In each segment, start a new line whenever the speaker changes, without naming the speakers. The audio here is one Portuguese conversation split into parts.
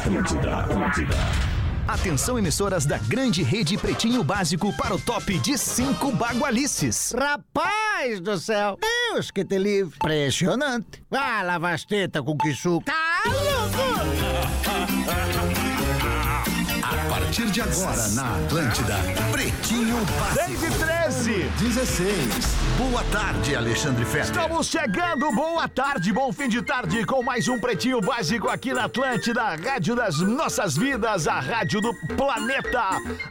Atlântida, Atlântida.
Atenção, emissoras da grande rede Pretinho Básico para o top de cinco bagualices.
Rapaz do céu! Deus que te livre! Impressionante! Vai lavar as tetas com que suco! Tá louco!
A partir de agora na Atlântida, Pretinho Básico
13!
16. Boa tarde, Alexandre Fetter.
Estamos chegando, boa tarde, bom fim de tarde, com mais um Pretinho Básico aqui na Atlântida, a rádio das nossas vidas, a rádio do planeta,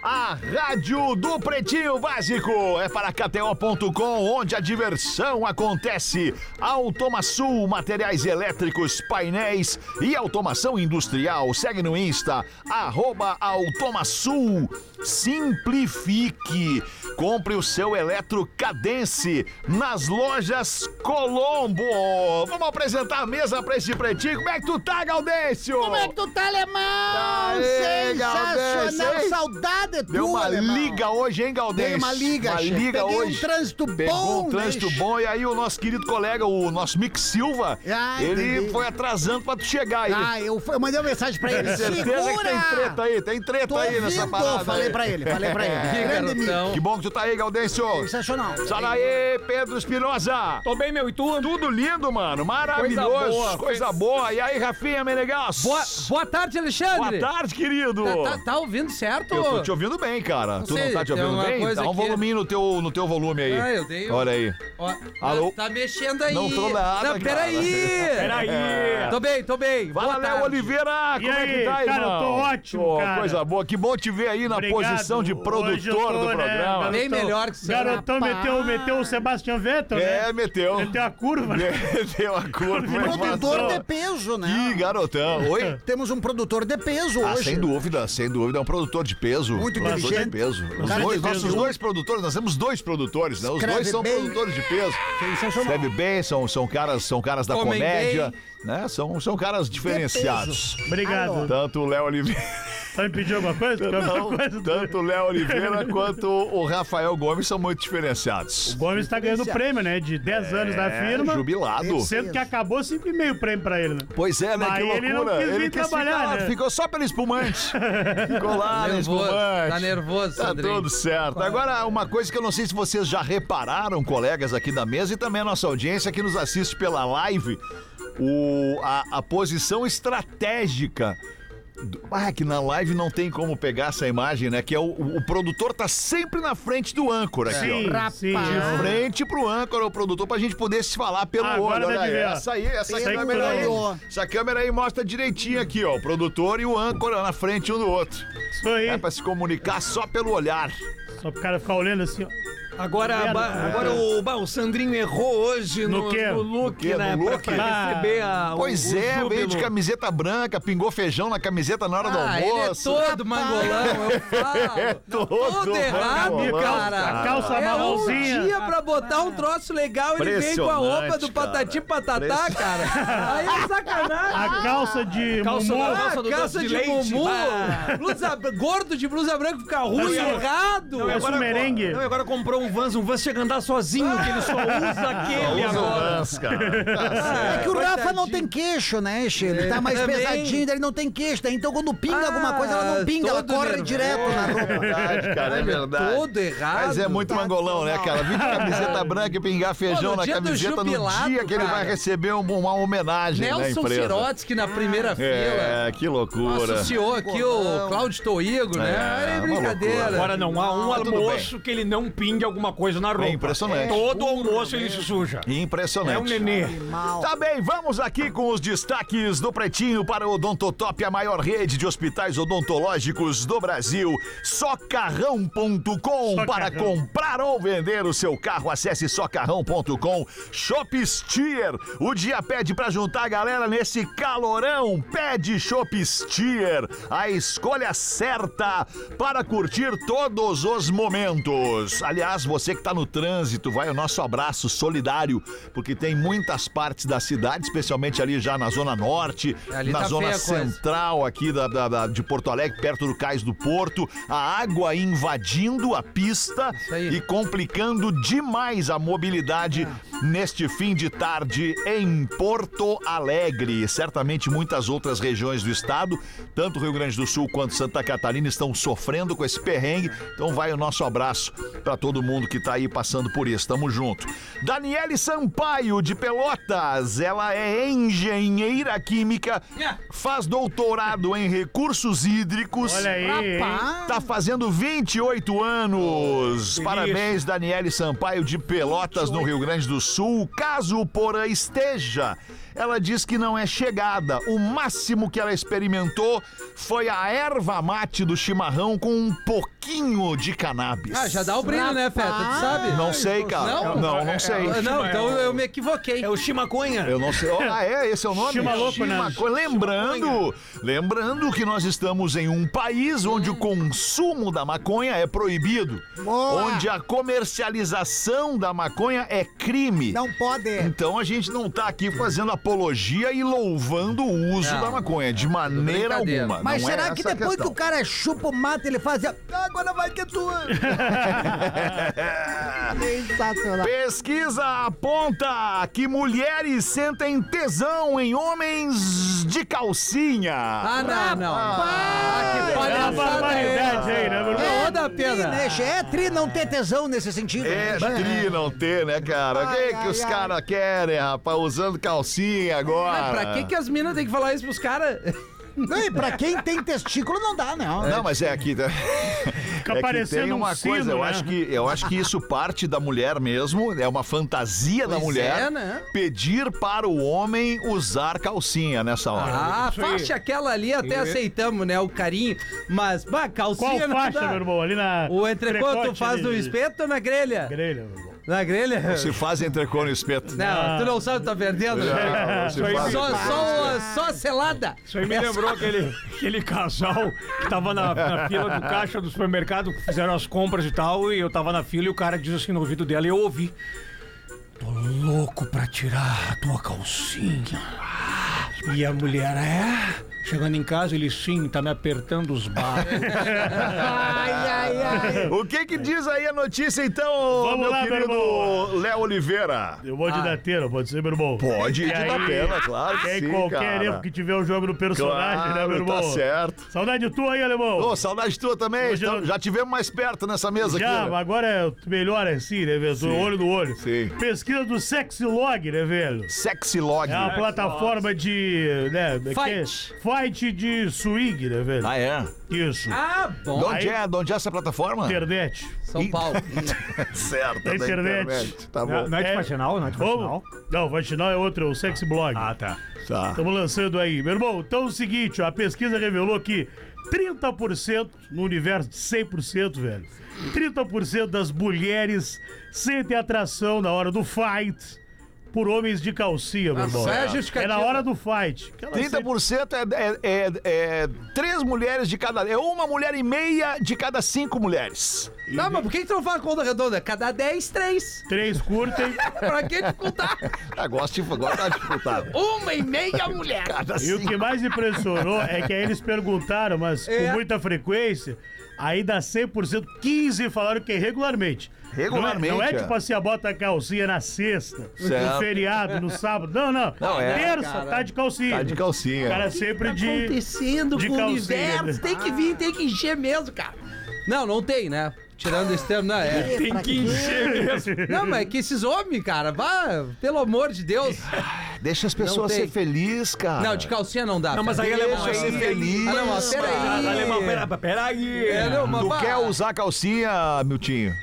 a rádio do Pretinho Básico. É para KTO.com, onde a diversão acontece. Automaçul, materiais elétricos, painéis e automação industrial. Segue no Insta, arroba Automaçul. Simplifique. Compre o seu eletro Cadence nas lojas Colombo. Vamos apresentar a mesa pra esse pretinho. Como é que tu tá, Gaudêncio?
Como é que tu tá, alemão?
Aê,
Sensacional!
Galdês, hein?
Saudade tua,
Deu uma
alemão.
liga hoje, hein, Gaudêncio?
Dei uma liga,
Uma
chefe.
liga
Peguei
hoje.
um trânsito
Pegou
bom.
um trânsito
bicho.
bom e aí o nosso querido colega, o nosso Mick Silva,
Ah,
ele
entendi.
foi atrasando pra tu chegar aí.
Ah, eu, eu mandei uma mensagem pra ele.
Tem certeza que tem treta aí, tem treta
Tô
aí nessa
ouvindo,
parada.
Falei
aí.
pra ele, falei pra ele.
Ih,
Grande mim.
garotão.
Que bom que tu tá aí, Gaudêncio.
Sensacional.
Fala aí, Pedro Espinosa.
Tô bem, meu, e tu?
Tudo lindo, mano. Maravilhoso. Coisa
Coisa
boa.
boa.
E aí, Rafinha Menegas?
Boa, boa tarde, Alexandre.
Boa tarde, querido.
Tá, tá- tá ouvindo certo?
Eu tô te ouvindo bem, cara. tu não
sei,
tá te
tem
ouvindo
uma
bem?
coisa
Dá um
aqui.
voluminho no teu, no teu volume aí.
Ah, eu dei um-
Olha aí.
Ó,
Alô?
Tá, tá mexendo aí.
Não tô nada,
Não, peraí.
cara.
Peraí!
Tô bem, tô bem.
Fala,
boa
Léo
tarde.
Oliveira!
E
como é que
aí,
tá, irmão?
cara, eu tô ótimo,
Pô,
cara.
Coisa boa. Que bom te ver aí na
Obrigado.
posição de
Hoje
produtor
eu tô,
do
né,
programa.
garotão.
Bem melhor que o seu
Garotão
rapaz.
meteu, meteu o Sebastião Vettel,
É,
né?
meteu.
Meteu a curva, né?
Meteu a curva.
Virou
mas-
Passou.
Produtor de peso, né?
Ih, garotão.
É.
Oi?
Temos um produtor de peso
Ah,
hoje.
sem dúvida, sem dúvida. É um produtor de peso.
Muito
produtor
inteligente.
de peso. Os
cara
dois,
de peso.
nossos dois produtores, nós temos dois produtores, né? Os
Escreve
dois são
bem.
produtores de peso.
Sensacional.
Escreve bem, são, são, caras, são caras da
Comem
comédia,
bem.
né? São, são caras diferenciados.
Obrigado.
Tanto o Léo Oliveira,
Tá me pedindo alguma coisa? Qualquer
não,
coisa?
tanto o Léo Oliveira quanto o Rafael Gomes são muito diferenciados.
Gomes tá ganhando o prêmio, né? De 10
É,
anos da firma.
Jubilado.
Sendo que acabou 5,5 prêmio pra ele, né?
Pois é, né?
Mas
que
ele não
loucura.
quis vir trabalhar,
ficar lá,
né?
ficou só pelo espumante. Ficou lá, no
Nervoso,
espumante.
tá nervoso,
Tá
Sandrinho.
tudo certo. Agora, uma coisa que eu não sei se vocês já repararam, colegas aqui da mesa e também a nossa audiência que nos assiste pela live, o, a, a posição estratégica. do- Ah, que na live não tem como pegar essa imagem, né? Que é o, o- o produtor tá sempre na frente do âncora aqui, É, ó.
sim.
De frente pro âncora, o produtor, pra gente poder se falar pelo
Agora
olho.
dá
Olha
de
aí,
ver, ó.
essa aí, essa
Esse
aí,
aí
câmera aí.
mudou.
Essa câmera aí mostra direitinho aqui, ó. O produtor e o âncora na frente um do outro.
Isso aí.
É pra se comunicar só pelo olhar.
Só pro cara ficar olhando assim, ó.
Agora, ba-
Merda.
agora o, ba- o Sandrinho errou hoje
No
no,
quê?
no look,
No quê?
né?
No
pra-
look?
Pra,
Ah.
receber a, o-
Pois
o
é, veio
júbilo.
de camiseta branca, pingou feijão na camiseta na hora do
Ah, ele é
almoço.
todo mangolão, eu falo. É
todo
todo errado,
mangolão,
cara.
cara. Calça
é
marronzinha.
um dia pra botar um troço legal, ele vem com a roupa do
Impressionante,
patati
cara.
patatá, cara. Aí é sacanagem.
A calça de Mumu.
Ah,
calça do
calça
doce
de,
de leite,
mumu,
bah.
blusa- gordo de blusa branca fica ruim,
e agora-
errado.
É
Não, e agora- merengue.
Não, e agora comprou um Vans, um Vans chega a andar sozinho, que ele só usa aquele
Usa o
agora.
lance, cara. Tá
Ah,
É que o Rafa não
Coitadinho.
tem queixo, né, Che? Ele tá
É,
mais
Também.
pesadinho, ele não tem queixo. daí Então quando pinga
Ah,
alguma coisa, ela não pinga, ela
todo
corre
nervoso.
direto né? na roupa.
Verdade, cara, é verdade.
Ah, Todo errado. Tá
Mas é muito mangolão, né, cara? Vir de camiseta branca e pingar feijão
no
na
dia do
camiseta no
jubilado,
dia que ele vai
cara.
receber um- uma homenagem na
Nelson
empresa.
Sirotsky na primeira fila.
É, que loucura.
Associou aqui o Cláudio Toigo, né?
É,
É,
uma
brincadeira.
loucura.
Agora não há um
Ah, tudo
almoço que ele não pingue alguma coisa na roupa.
É
É
impressionante.
Todo almoço ele se suja.
Impressionante.
É um nenê.
Tá bem, vamos aqui com os destaques do Pretinho para o Odontotop, a maior rede de hospitais odontológicos do Brasil. Socarrão.com
Socarrão.
para comprar ou vender o seu carro. Acesse socarrão.com. Shopsteer. O dia pede para juntar a galera nesse calorão. Pede Shopsteer. A escolha certa para curtir todos os momentos. Aliás, você que está no trânsito, vai o nosso abraço solidário, porque tem muitas partes da cidade, especialmente ali já na zona norte,
Ali
na
tá
zona
feia a coisa.
central aqui da, da- da- de Porto Alegre, perto do Cais do Porto, a água invadindo a pista
aí.
e complicando demais a mobilidade neste fim de tarde em Porto Alegre. E Certamente muitas outras regiões do estado, tanto Rio Grande do Sul quanto Santa Catarina, estão sofrendo com esse perrengue. Então vai o nosso abraço para todo mundo que tá aí passando por isso. Tamo junto. Daniele Sampaio, de Pelotas. Ela é engenheira química, faz doutorado em recursos hídricos.
Olha aí. hein?
Tá fazendo 28 anos. Parabéns, Daniele Sampaio de Pelotas, no Rio Grande do Sul. Caso o Porã esteja, ela diz que não é chegada. O máximo que ela experimentou foi a erva mate do chimarrão com um pouquinho de cannabis.
Ah, já dá o brilho, né, Feta? Tu sabe?
Não sei, cara.
Não?
Não, não, sei.
Ah, Não, então eu me equivoquei.
É o chimaconha.
Eu não sei. Oh, ah, é, esse é o nome?
Chima louco, né?
Chimaco- Lembrando, lembrando que nós estamos em um país onde o consumo da maconha é proibido. Onde a comercialização da maconha é crime.
Não pode.
Então a gente não tá aqui fazendo apologia e louvando o uso
Não. é
da maconha, de maneira
Brincadeira.
alguma.
Mas
Não é
será que
essa a
depois que
questão.
o cara chupa o mato, ele faz. a- Agora vai que é tua. Sensacional.
Pesquisa aponta que mulheres sentem tesão em homens de calcinha.
Ah, não, não. Ah, que
É uma
palhaçada é
barbaridade
essa?
aí, né, meu irmão?
É da pena.
Né, che? É tri não ter tesão nesse sentido.
É,
né?
tri não ter, né, cara? O que,
Ai,
que
ai,
os
ai.
caras querem, rapaz? Usando calcinha agora.
Mas pra que, que as minas têm que falar isso pros caras?
Não, e pra quem tem testículo não dá, né? não.
Não, mas é aqui. tá? É que
parecendo
tem
um
uma coisa,
sino,
eu,
né?
acho que, eu acho que isso parte da mulher mesmo, é uma fantasia da
Pois
mulher
é, né?
pedir para o homem usar calcinha nessa hora.
Ah, a faixa aquela ali até aceitamos, né? O carinho. Mas, bah,
Qual
calcinha não
faixa,
dá.
meu irmão? Ali na.
O entrecô tu
precote
faz
ali.
no espeto ou na grelha?
Grelha, meu irmão.
Na grelha?
Se faz entrecô no espeto.
Ah.
Não, tu não sabe, tá perdendo.
É,
Não, se
Isso aí
faz
Só,
entrecô no
só, só selada.
Isso aí me lembrou aquele, aquele casal que tava na, na fila do caixa do supermercado, fizeram as compras e tal, e eu tava na fila e o cara diz assim no ouvido dela, e eu ouvi. Tô louco pra tirar a tua calcinha. E a mulher é. Chegando em casa, ele sim, tá me apertando os barros.
Ai, ai, ai.
O que que diz aí a notícia, então, meu
lá, meu
querido
irmão.
Léo Oliveira?
Eu vou de
Ah.
dateira, pode ser, meu irmão.
Pode ir
E
de
aí?
tapela, claro que
É
sim,
em qualquer
cara.
erro que tiver o jogo do personagem, né,
Claro,
meu irmão?
tá certo.
Saudade tua aí, alemão.
Ô, saudade tua também.
Hoje
Então,
eu-
Já tivemos mais perto nessa mesa
Já,
aqui.
mas
né?
agora é melhor assim, né, velho? Olho no olho.
Sim.
Pesquisa do Sexlog, né, velho?
Sexy Log.
É uma plataforma de. Né, que é-
Fight.
fight de swing, né, velho?
Ah, é?
Isso.
Ah, bom.
De onde
Aí-
é? De onde é essa plataforma?
Internet.
São Paulo.
Certo,
Da É internet.
Tá bom.
Não é de faxinal, não é de faxinal.
Como? Não, vaginal é outro, é o sex blog.
Ah, tá.
Tá.
Estamos lançando aí. Meu irmão, então é o seguinte, ó, a pesquisa revelou que 30% no universo de 100%, velho. 30% das mulheres sentem atração na hora do fight por homens de calcinha, meu irmão.
só é a
é
justificativa.
na hora do fight. que elas sentem-
30% é, é, é- é três mulheres de cada. É uma mulher e meia de cada cinco mulheres.
Não, mas por que que tu não fala conta redonda? Cada 10, 3.
Três curtem
Pra que dificultar?
Ah, gosto de agora tá disputado.
Uma e meia mulher.
Cada
E o
cinco.
que mais impressionou é que aí eles perguntaram, mas
É.
com muita frequência, aí dá 100%, 15 falaram que é regularmente.
Regularmente,
Não é, não é
é.
tipo assim, a bota a calcinha na sexta,
Certo.
no feriado, no sábado. Não, não.
Não, é.
Terça, tá de calcinha.
Tá de
O
calcinha.
cara sempre de.
Tá acontecendo
de
com o
calcinha,
universo.
né?
Tem que vir, tem que encher mesmo, cara. Não, não tem, né? Tirando esse termo, não é.
Tem que encher mesmo.
Não, mas é que esses homens, cara, vá, pelo amor de Deus.
Deixa as
Não
pessoas
tem.
ser felizes, cara.
Não, de calcinha não dá.
Não, mas aí
Fede.
alemão,
Deixa
aí-
ser feliz.
Ah, não, mas peraí.
Alemão, peraí, peraí.
É, não, mas
Tu
vá.
quer usar calcinha, Miltinho?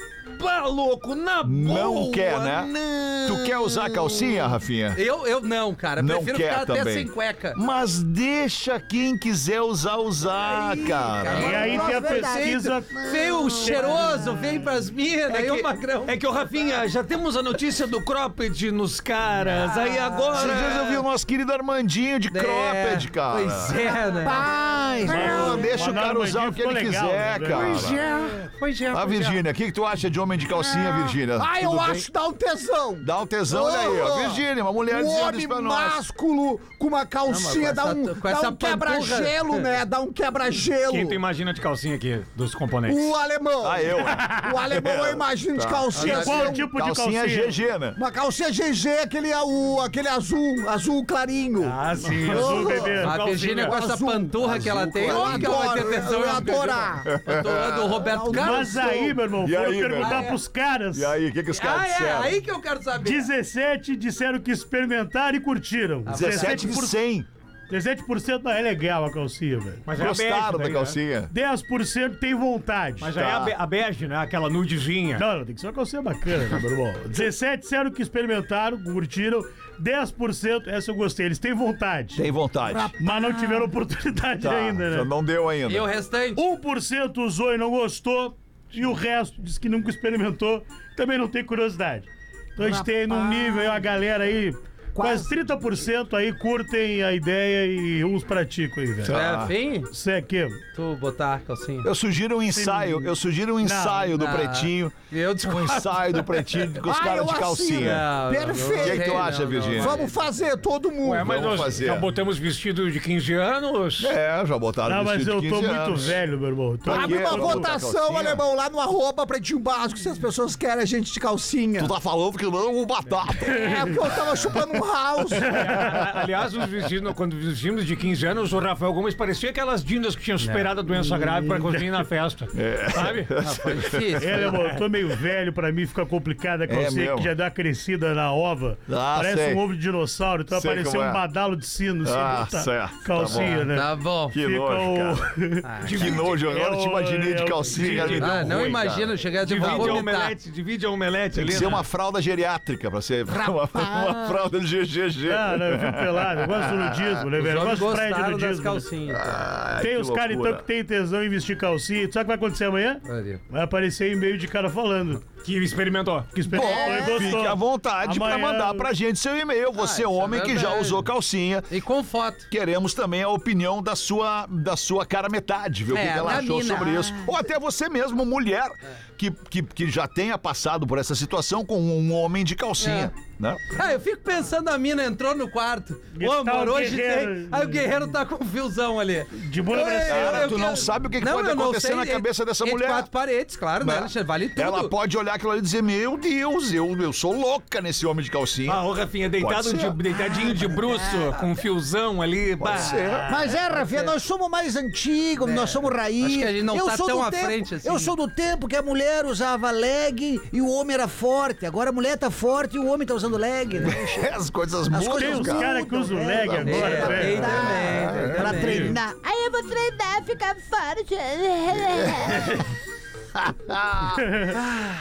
Pá, Tá louco, na
Não
boa,
quer, né?
não.
Tu quer usar calcinha, Rafinha?
Eu, eu não, cara.
Não
Prefiro
quer
ficar até
também.
sem cueca.
Mas deixa quem quiser usar, usar, cara.
E aí
é
tem a
Verdade.
pesquisa.
Veio cheiroso, vem pras minas, aí o magrão.
É que, ô Rafinha, já temos a notícia do cropped nos caras.
Ah.
aí agora.
um
Vocês viram o nosso querido Armandinho de cropped, cara.
É, Pois é, né?
Ah, mais.
Não, deixa o
Mas na
cara usar o que
Armandinho
ficou
ele
legal,
quiser,
né,
cara.
velho?
é, pois é.
Ah,
pois é.
Virgínia, o que, que tu acha de homem de calcinha, Virgínia?
Ah,
Tá Tudo
eu
bem?
acho que dá um tesão.
Dá um tesão olha aí, ó.
Oh,
Virgínia, uma mulher
Um
dizendo
homem
isso pra nós.
másculo com uma calcinha,
Não,
dá
mas com essa-
um,
com
dá
essa
um quebra-gelo, né? Dá um
Quem tu
quebra-gelo.
imagina de calcinha aqui dos componentes?
O alemão.
Ah, eu. é.
O alemão eu imagino de calcinha.
E qual
assim,
tipo de
Calcinha
calcinha?
GG, né?
Uma calcinha GG, aquele, o, aquele azul, azul clarinho.
Ah, sim,
Azul, bebê.
A
calcinha.
Virgínia com essa
Azul.
panturra que ela tem,
eu
óbvio que ela vai ter
adoro,
atenção.
eu ia adorar.
Eu tô olhando o Roberto Carlos.
Mas aí, meu irmão,
E
foram
aí,
perguntar
velho?
pros caras.
E aí, o que, que os caras
Ah, é,
disseram?
aí que eu quero saber.
17 disseram que experimentaram e curtiram.
Ah, 17 de 100
Tá 17% não é legal a calcinha, velho.
Mas já é a bege
tá
gostaram
daí,
da
né?
calcinha. Tá.
10% tem vontade.
Mas já é a be- a bege, né? Aquela nudezinha.
Não, não, tem que ser uma calcinha bacana, né, meu irmão. 17 disseram que experimentaram, curtiram. 10%, essa eu gostei. Eles têm vontade.
Tem vontade.
Mas não tiveram oportunidade
Tá,
ainda, né?
então não deu ainda.
E o restante?
1% usou e não gostou, e o resto diz que nunca experimentou, também não tem curiosidade. Então a gente tem num nível aí, uma galera aí, quase 30% aí curtem a ideia e uns praticam aí, velho.
É, fim?
Isso é que
Tu botar a calcinha.
Eu sugiro um ensaio, eu sugiro um ensaio do
não.
pretinho.
Eu
Um
desconheço.
ensaio do pretinho com os
Ah,
caras
eu
de calcinha.
Ah, Não, não,
Perfeito. O
não
que
que tu
sei,
acha,
não, não,
Virgínia?
não.
Vamos fazer, todo mundo.
Ué, mas
Vamos
nós
fazer.
já botamos vestido de 15 anos.
É, já botaram
Ah,
no
mas eu tô muito velho, meu irmão. Tô-
Tá
Abre uma
Quero
votação,
calcinha.
alemão, lá no arroba Pretinho Básico, se as pessoas querem a gente de calcinha.
Tu tá falando que não o batata.
É porque eu tava chupando um house.
É, Aliás, os vestidos, quando vestimos de 15 anos, o Rafael Gomes parecia aquelas dindas que tinham superado a doença grave para conseguir ir na festa.
É.
Sabe?
Ah, Foi difícil.
É, meu irmão, eu tô meio velho, pra mim fica complicada a calcinha
É mesmo.
que já dá uma crescida na ova.
Ah,
Parece
sei.
um ovo de dinossauro, então
Sei
apareceu
como
um
é.
badalo de sino. assim,
Ah,
puta,
certo, tá
Calcinha,
bom.
né?
Tá bom.
Que
Fica
nojo, cara.
é o...
Que nojo, agora eu te imaginei de
Eu-
calcinha. já me deu
Ah, não
ruim, cara.
imagino chegar de
Divide a
vou vomitar.
omelete, divide a omelete
Tem
ali.
que ser
né?
uma fralda geriátrica pra ser uma, uma fralda de GGG.
Ah, não, eu fico pelado. Eu gosto do nudismo, né, velho? Eu
Os
gosto
homens
de praia de
gostaram das
nudismo. né?
né?
calcinhas. então.
Ai,
Tem
que
os caras então
loucura.
que tem tesão em vestir calcinha. Sabe o que vai acontecer amanhã?
Olha.
Vai aparecer e-mail de cara falando.
Que experimentou.
Que experimentou e
Bom,
gostou.
fique à vontade pra
Amanhã-
mandar pra gente seu e-mail. Você,
Ah, isso é
homem que já
verdade.
usou calcinha,
E com foto.
queremos também a opinião da sua, da sua cara metade, viu? o que
É,
que ela
da
achou
mina.
sobre isso. Ou até você mesmo, mulher, que, que, que já tenha passado por essa situação com um homem de calcinha, né?
Ah, eu fico pensando, a mina entrou no quarto.
E
Ô,
tá
amor,
o
hoje
guerreiro.
tem. Aí o guerreiro tá com um fiozão ali.
De né, bunda pra
Ei,
cima.
eu
Cara, tu não
quero-
sabe o que que pode
eu não é
acontecer na cabeça dessa
entre
mulher.
quatro paredes, claro, né,
Né?
Alexandre? Vale tudo.
Ela pode olhar aquilo ali e dizer: Meu Deus, eu, eu sou louca nesse homem de calcinha.
Ah, ô Rafinha, deitado
Pode ser.
de, deitadinho de
É.
bruxo, com um fiozão ali. bah.
Pode ser.
Mas é, Rafinha, nós somos mais antigos, nós somos raiz.
Ah, É, Acho que a gente não
eu
tá
sou
tão
do
à
tempo,
frente assim.
Eu sou do tempo que a mulher usava leg e o homem era forte. Agora a mulher tá forte e o homem tá usando leg, né?
As coisas
Tem
mudam,
os
coisas
cara.
caras que usam
mudam,
leg
né?
É,
agora,
tem
velho.
também, tem
Pra
também.
treinar.
Aí eu vou treinar, ficar forte.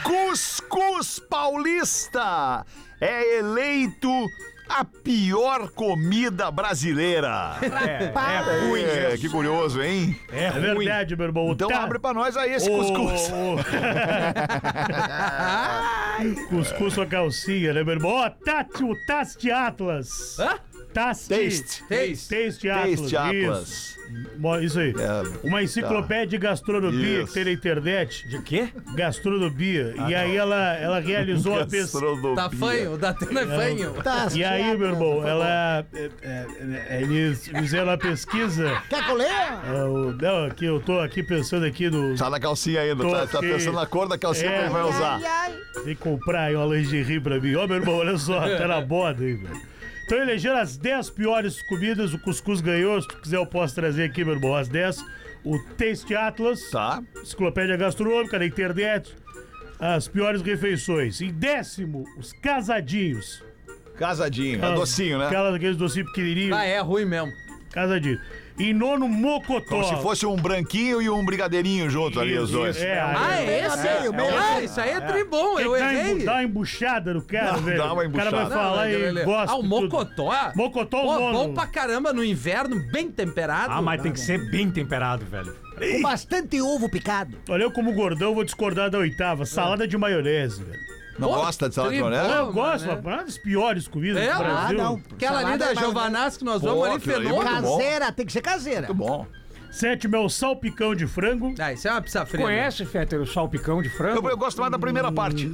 Cuscuz paulista é eleito a pior comida brasileira.
É, é ruim.
É, que curioso, hein?
É
É
ruim.
verdade, meu irmão.
Então
Tá.
abre pra nós aí esse
Ô,
cuscuz.
ô. Cuscuz com a calcinha, né, meu irmão? Ó, Tati, o Tasti Atlas.
Hã?
Tasti.
Taste.
Taste.
Taste Atlas.
Taste
Isso.
Atlas.
Bom, Isso aí.
É,
Uma enciclopédia de gastronomia
Isso.
que tem na internet.
De quê? Ah,
gastronomia. e aí ela, ela realizou a pesquisa.
Gastronomia.
Tá fanho, o Datena é fanho.
Tá,
E aí,
certo,
meu irmão,
por
ela. é, é, é, Eles fizeram a pesquisa.
favor. Quer que eu leia?
é, o- Não, aqui eu tô aqui pensando aqui no.
Tá na calcinha ainda,
Tô
tá, tá
aqui.
pensando na cor da calcinha
É.
que ele vai usar.
Tem que comprar aí uma lingerie pra mim. Ó, meu irmão, olha só, tá na moda aí, velho. Então, elegeram as 10 piores comidas, o cuscuz ganhou. Se tu quiser, eu posso trazer aqui, meu irmão, as 10. O Taste Atlas.
Tá?
Enciclopédia Gastronômica na internet. As piores refeições. Em décimo, os casadinhos.
Casadinho. É
Aquelas-
docinho, né?
Aquelas, aqueles docinhos pequenininhos.
Ah, é ruim mesmo.
Casadinho. Em nono, mocotó.
Como se fosse um branquinho e um brigadeirinho junto ali, os dois.
É,
Ah,
aí-
é esse?
meio, meio.
ah, isso aí é tribom, eu
dá, uma
errei.
embu- dá uma embuchada no cara,
Dá-
velho.
dá uma
O cara
embuchada.
vai falar
Não,
e
ele-
gosta.
Ah, o
de tudo.
Mocotó?
Mocotó,
Pô,
o nono.
bom pra caramba no inverno, bem temperado.
Ah, mas tem que ser bem temperado, velho.
Com bastante ovo picado.
Olha, eu como gordão vou discordar da oitava. Salada de maionese, velho.
Não
Pô,
gosta de salada de
tribom.
maionese?
Eu gosto,
né?
mas uma das piores comidas
É?
do
Ah,
Brasil.
não.
Aquela ali
Salada
da
é mais-
Giovanassi que nós vamos
Pô,
ali,
aquilo ali é
fenômeno.
muito bom.
Caseira, tem que ser caseira.
Muito bom.
Sétimo é o salpicão de frango.
Ah, isso é uma pizza-fria.
Conhece, Fetter, o salpicão de
Eu,
frango?
eu gosto mais da primeira parte.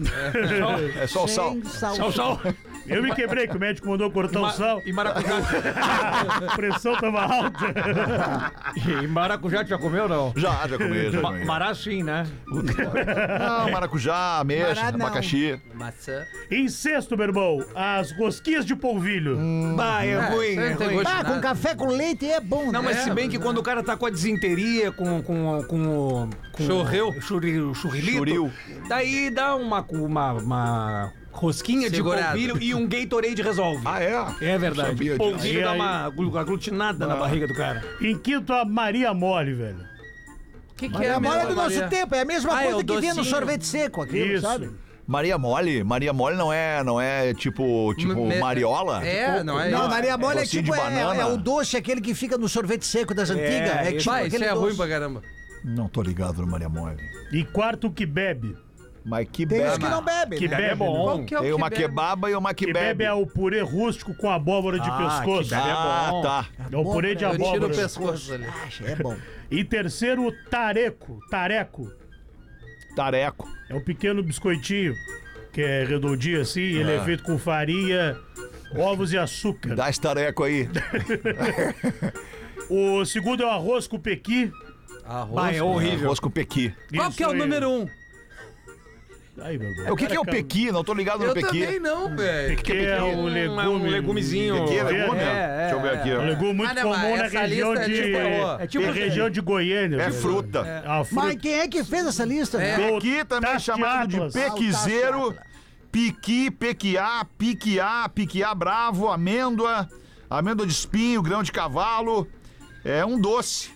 É só o sal.
Sal, sal.
Eu me quebrei que o médico mandou cortar o sal,
E maracujá.
a pressão tava alta.
e maracujá tu já comeu ou não?
Já, já comi, já
Ma
comi.
mará sim, né?
Não, maracujá, ameixa,
Mará não.
abacaxi.
Né? Maçã.
Em sexto, meu irmão, as rosquinhas de polvilho.
Hum.
Bah, é ruim,
isso aí
é
não tem
ruim.
gosto de
Ah, com
nada.
café com leite é bom,
Não,
né?
mas se bem que quando o cara tá com a desinteria, com. com. com. com
Chorreu.
Churri, churrilito,
Churil.
Daí dá uma. uma, uma rosquinha
Segurada.
de polvilho e um Gatorade resolve.
Ah, é?
É verdade.
Sabia
O
disso.
polvilho
E
dá
aí?
uma aglu- aglutinada na barriga do cara.
Em quinto, a Maria Mole, velho.
O que, que
É
é
a moda
mesmo,
do nosso
Maria?
tempo, é a mesma
Ah, é
coisa
o
que vinha no
docinho.
sorvete seco aqui,
Isso.
sabe?
Maria Mole? Maria Mole não é, não é tipo, tipo
Me-
mariola?
Tipo,
É, não é?
Não, Maria Mole é
docinho
tipo,
de
é,
banana.
é o doce aquele que fica no sorvete seco das antigas. É, tipo
Vai, isso
aquele
é
doce.
ruim pra caramba.
Não tô ligado no Maria Mole.
Em quarto, o que bebe.
Mas que
Tem uns
bebe.
que não bebem,
Que
né?
bebe, é bom.
Qual que é o
Tem
que
uma
bebe?
quebaba e uma que
Que bebe
bebe.
é o purê rústico com abóbora de pescoço.
bebe.
Ah,
É bom.
tá.
É o purê de
Eu tiro
abóbora.
o pescoço ali.
Acha, é bom.
Em terceiro, o tareco. Tareco.
Tareco.
É um pequeno biscoitinho que é redondinho assim, e ele é feito com farinha, ovos e açúcar.
Dá esse tareco aí.
O segundo é o arroz com pequi.
Arroz.
Bah, é horrível.
Arroz com pequi.
Qual que é o número um?
Aí, meu
É,
irmão.
o que, que é o pequi? Não tô ligado no
Eu
pequi.
também não, velho.
Que é um
Um, é um
legume.
legumezinho.
Pequi é legume?
É, é,
Deixa eu ver aqui.
É um
ó.
legume muito
Ah, não,
comum
mas
na
essa
região
lista é
de.
tipo-
É
é
tipo-
região de Goiânia. né?
É
velho.
fruta.
A
Mas
fruta.
quem é que fez essa lista?
É.
Pequi também é
Tati
chamado de
Atlas.
pequizeiro,
Tá
piqui, pequiá, piquiá, piquiá bravo, amêndoa, amêndoa de espinho, grão de cavalo. É um doce.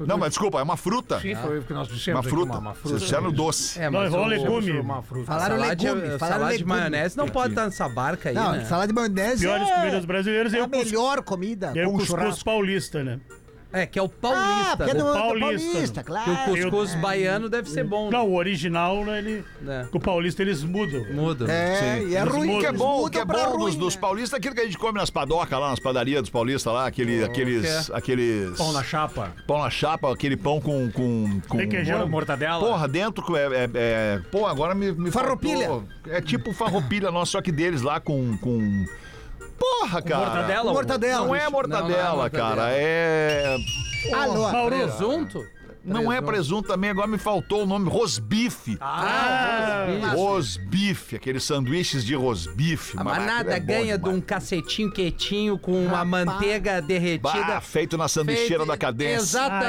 Não, mas desculpa, é uma fruta.
Sim, foi o que nós dissemos.
Uma
aqui,
fruta.
Uma, uma fruta.
Vocês disseram doce.
É,
Não, é um
o-
legume.
Uma fruta.
Falaram
salada de-
legume, falaram
salada de
legume.
maionese não pode estar nessa barca aí,
Não,
né?
falar de maionese
Piores
é,
comidas brasileiras
é
é
a
o cus-
melhor comida.
é o
Com
cuscuz
churrasco.
paulista, né?
É, que é o
Ah,
paulista,
porque é
né?
do, do
Paulista.
paulista,
Que o
claro.
cuscuz baiano deve ser bom, né?
Não, o original, né, ele.
Né?
Com o paulista eles mudam.
Muda.
É, e é
Eles
ruim.
O que é
eles
bom, o
mudam
que é
pra
bom
ruim,
dos, dos
né?
paulistas é aquilo que a gente come nas padocas lá, nas padarias dos paulistas lá, aquele, aqueles, aqueles.
é Pão na chapa.
pão na chapa, aquele pão com. com, com
Requeijão.
Mortadela.
Porra, dentro é. é, é- pô, agora me. me
Farroupilha.
faltou. É tipo farroupilha nossa, só que deles lá com. com... Porra, cara.
Mortadela.
Mortadela.
Não é mortadela,
Não, não é mortadela.
cara. É.
Alô.
Maurício.
Presunto?
Não é presunto também, agora me faltou o nome. Rosbife.
Ah,
Rosbife, aqueles sanduíches de rosbife.
A
maraca,
manada
é bom
Ah, ganha de
demais.
um cacetinho quietinho com uma manteiga derretida.
Bah, feito na sanduicheira
feito-
da cadência.
Aí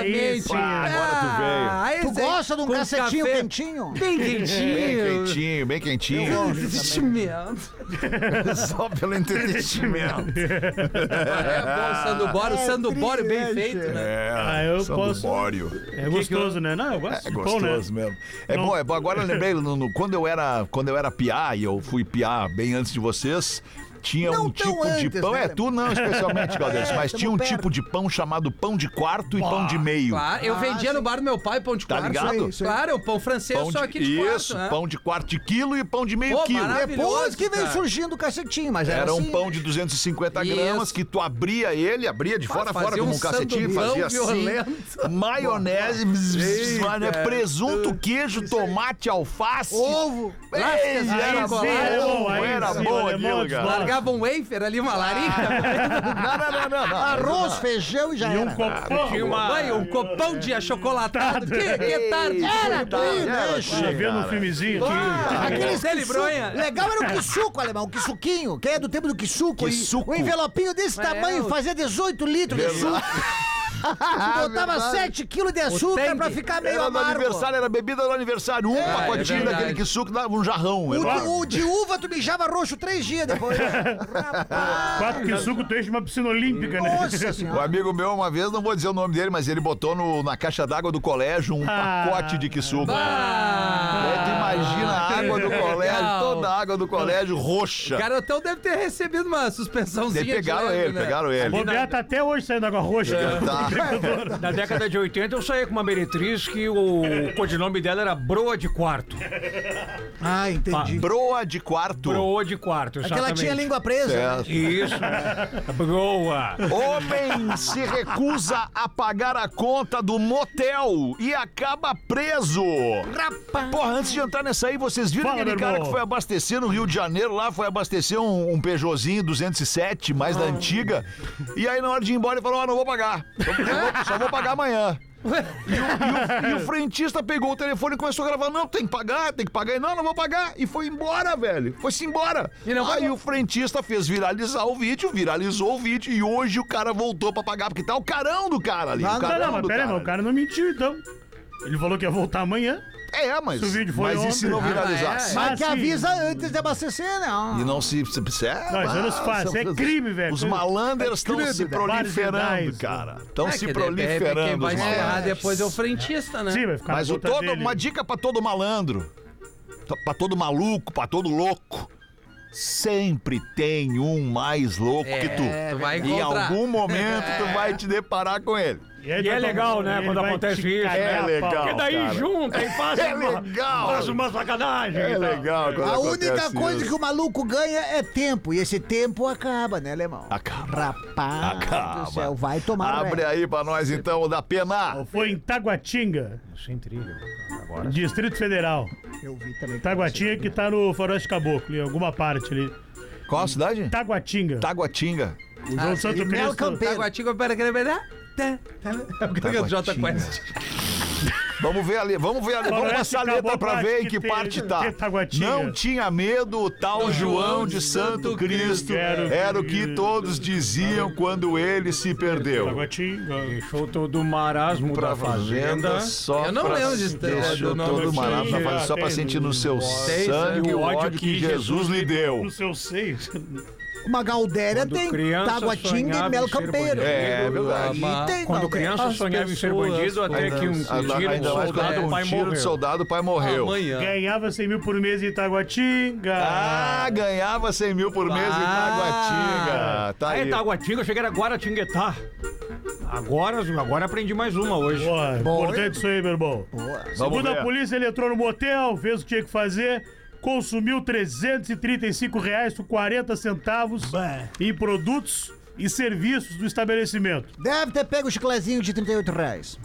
Exatamente.
sim,
agora tu veio.
aí
Tu
sim,
gosta de um
com
cacetinho
café
quentinho?
Bem
Bem
quentinho.
quentinho, bem quentinho.
Investimento.
Só pelo entretenimento.
É bom, sandubório,
É
sandubório bem
triste.
feito, né?
É,
Ah, eu posso-
sandubório.
É gostoso, né? Não, eu gosto.
É
de pão,
gostoso
né?
mesmo. É
Não-
bom, é bom. Agora eu lembrei, no- no- quando eu era, quando eu era piá, e eu fui piá bem antes de vocês, tinha
Não
um
tão
tipo de
antes,
pão,
né,
é tu não especialmente, Galdês, mas
tamo
tinha um
perto.
tipo de pão chamado pão de quarto e pão de meio.
É. Claro, eu vendia no bar do meu pai pão de
Ah, Tá
quarto.
ligado?
Isso aí.
Claro, é o pão francês,
Pão
só
de,
aqui de quarto,
isso,
né?
pão de quarto de quilo e pão de meio
Pô,
quilo.
maravilha.
Depois que veio
cara.
surgindo o cacetinho, mas era,
Era um
assim,
pão de 250
Isso.
gramas que tu abria ele, abria de fora a fora
fazia
como
um
um cacetinho,
sandubão
fazia assim.
violento.
Maionese, bzz, bzz,
Eita.
né, presunto, queijo, tomate, alface.
Ovo.
Ei,
Lascas de
era
alemão,
bom,
aí
era
sim,
bom
alemão
aquilo, cara.
desdobra.
Largava um wafer ali,
Ah,
uma larica.
Não, não, não, não, não.
Arroz, feijão e já
E
era.
um copão.
Tinha uma-
Vai, um copão de achocolatado. Que, que tarde.
Era
Era
tudo, né?
tudo,
Chico?
Tá vendo um filmezinho aqui?
Aqueles
Dele,
quisuco-
Bronha.
Legal era o quisuco, alemão, o quisuquinho, que é do tempo do quisuco.
Quisuco.
Um envelopinho desse
É,
tamanho
o-
fazia 18 litros de suco.
Verdade. Ah,
Tu botava 7 quilos de açúcar
tangue.
pra ficar meio
Era do
amargo.
aniversário, era bebida do aniversário. Um pacotinho
verdade.
daquele que suco dava um jarrão.
O de,
enorme.
o de uva tu mijava roxo três dias depois. Rapaz,
Quatro que suco, tu enche uma piscina olímpica, né?
nossa
Um
senhora.
amigo meu, uma vez, não vou dizer o nome dele, mas ele botou no- na caixa d'água do colégio um
Ah.
pacote de que suco. Aí tu
Ah,
imagina a água do
legal.
colégio, toda a água do colégio roxa.
O garotão deve ter recebido uma suspensãozinha.
Daí
de
pegaram
leve,
ele,
né?
pegaram ele.
Bobear tá até hoje saindo água roxa.
Tá.
distribuidora.
Na década de 80 eu saí com uma meretriz que o codinome dela era Broa de Quarto.
Ah, entendi.
Broa de quarto.
Broa de Quarto,
Aquela
exatamente.
tinha a língua presa. né?
Certo.
Isso. Broa.
Homem se recusa a pagar a conta do motel e acaba preso. Porra, antes de entrar nessa aí, vocês viram
Fala,
aquele
meu
cara
irmão.
que foi abastecer no Rio de Janeiro lá, foi abastecer um, um Peugeotzinho 207, mais da antiga, e aí na hora de ir embora ele falou, ó, não vou pagar, Eu vou- só vou pagar amanhã. E o, e o frentista pegou o telefone e começou a gravar, não, tem que pagar, tem que pagar, e não, não vou pagar, e foi embora, velho, foi-se embora.
E não
aí
pagou.
o frentista fez viralizar o vídeo, viralizou o vídeo, e hoje o cara voltou pra pagar, porque tá o carão do cara tá ali,
É.
o
Não,
carão
não, mas
do
pera aí,
cara.
mas o cara não mentiu, então. Ele falou que ia voltar amanhã.
É, mas,
Se o vídeo foi
mas e se
ontem?
não
Ah,
viralizasse?
Ah,
Mas que
sim.
avisa antes de abastecer, né?
E não se. se, se é,
Não, isso não se faz, isso é crime, velho.
Os né? malanders estão se proliferando,
Barbaridades,
cara. Estão
É
se
que de repente Quem
proliferando.
vai
os
se ferrar
malandros.
depois é o frentista, né?
Sim, vai ficar
Mas
na
o
conta
todo,
dele.
uma dica pra todo malandro, t- pra todo maluco, pra todo louco. Sempre tem um mais louco
É,
que tu.
tu vai
em
encontrar.
algum momento tu vai te deparar com ele.
E, aí
E é
vai-
legal, né,
ele
quando
vai
acontece
te
isso.
cagar
É
a pau.
legal.
E daí
cara.
junta e faz
É
uma-
legal.
Faz uma sacanagem. então. e
É
tal.
legal. quando
A
acontece
única coisa
isso.
que o maluco ganha é tempo. E esse tempo acaba, né, alemão?
Acaba.
Rapaz
Acaba.
do céu, vai tomar
Abre
velho.
aí pra nós então o da pena.
Foi em Taguatinga,
Isso é intriga. Agora.
Distrito Federal.
Eu vi também.
Taguatinga que tá no Faroeste Caboclo, em alguma parte ali.
Qual a cidade?
Taguatinga.
Tá- Taguatinga.
O João
Ah,
Santo
é
e Mel
Cristo.
Campeiro.
Taguatinga, pera, pera, pera. Tá, tá. O Jota Quest.
Vamos ver ali, vamos ver ali, vamos
Faroeste
passar a letra
acabou
pra
pra
ver em
que
que
tem-
parte tá.
que Taguatinga.
Não tinha medo o tal João de Santo Cristo,
Era o que-
era o que todos diziam quando ele se perdeu.
Taguatinga.
Deixou todo o marasmo
Pra
da fazenda.
fazenda, só
Eu não
pra-
lembro disso,
Deixou
do nome.
todo maravilhoso na fazenda, só pra sentir no seu
Sei,
sangue
sangue,
o ódio que Jesus lhe deu.
No seu seio.
Uma Galdéria
Quando
tem.
criança
Taguatinga
sonhava
e
em
Mel
ser
Campeiro.
bandido.
É verdade.
E tem
Quando
Galdéria.
criança
As
sonhava em ser
pessoas-
bandido até
Ainda-
que um
Ainda
tiro de
ainda mais
soldado,
quando
o
um
pai
tiro de
morreu.
soldado, o pai morreu.
Amanhã.
Ganhava 100 mil por mês em Taguatinga.
Ah, ganhava 100 mil por mês em Taguatinga. Tá
Aí
aí.
Taguatinga, eu cheguei era Guaratinguetá. Agora, agora aprendi mais uma hoje.
Boa, importante isso aí, meu irmão.
Vamos
Segundo a
ver.
polícia, ele entrou no motel, fez o que tinha que fazer, consumiu 335 reais com 40 centavos em produtos e serviços do estabelecimento.
Deve ter pego o chiclezinho de 38 reais.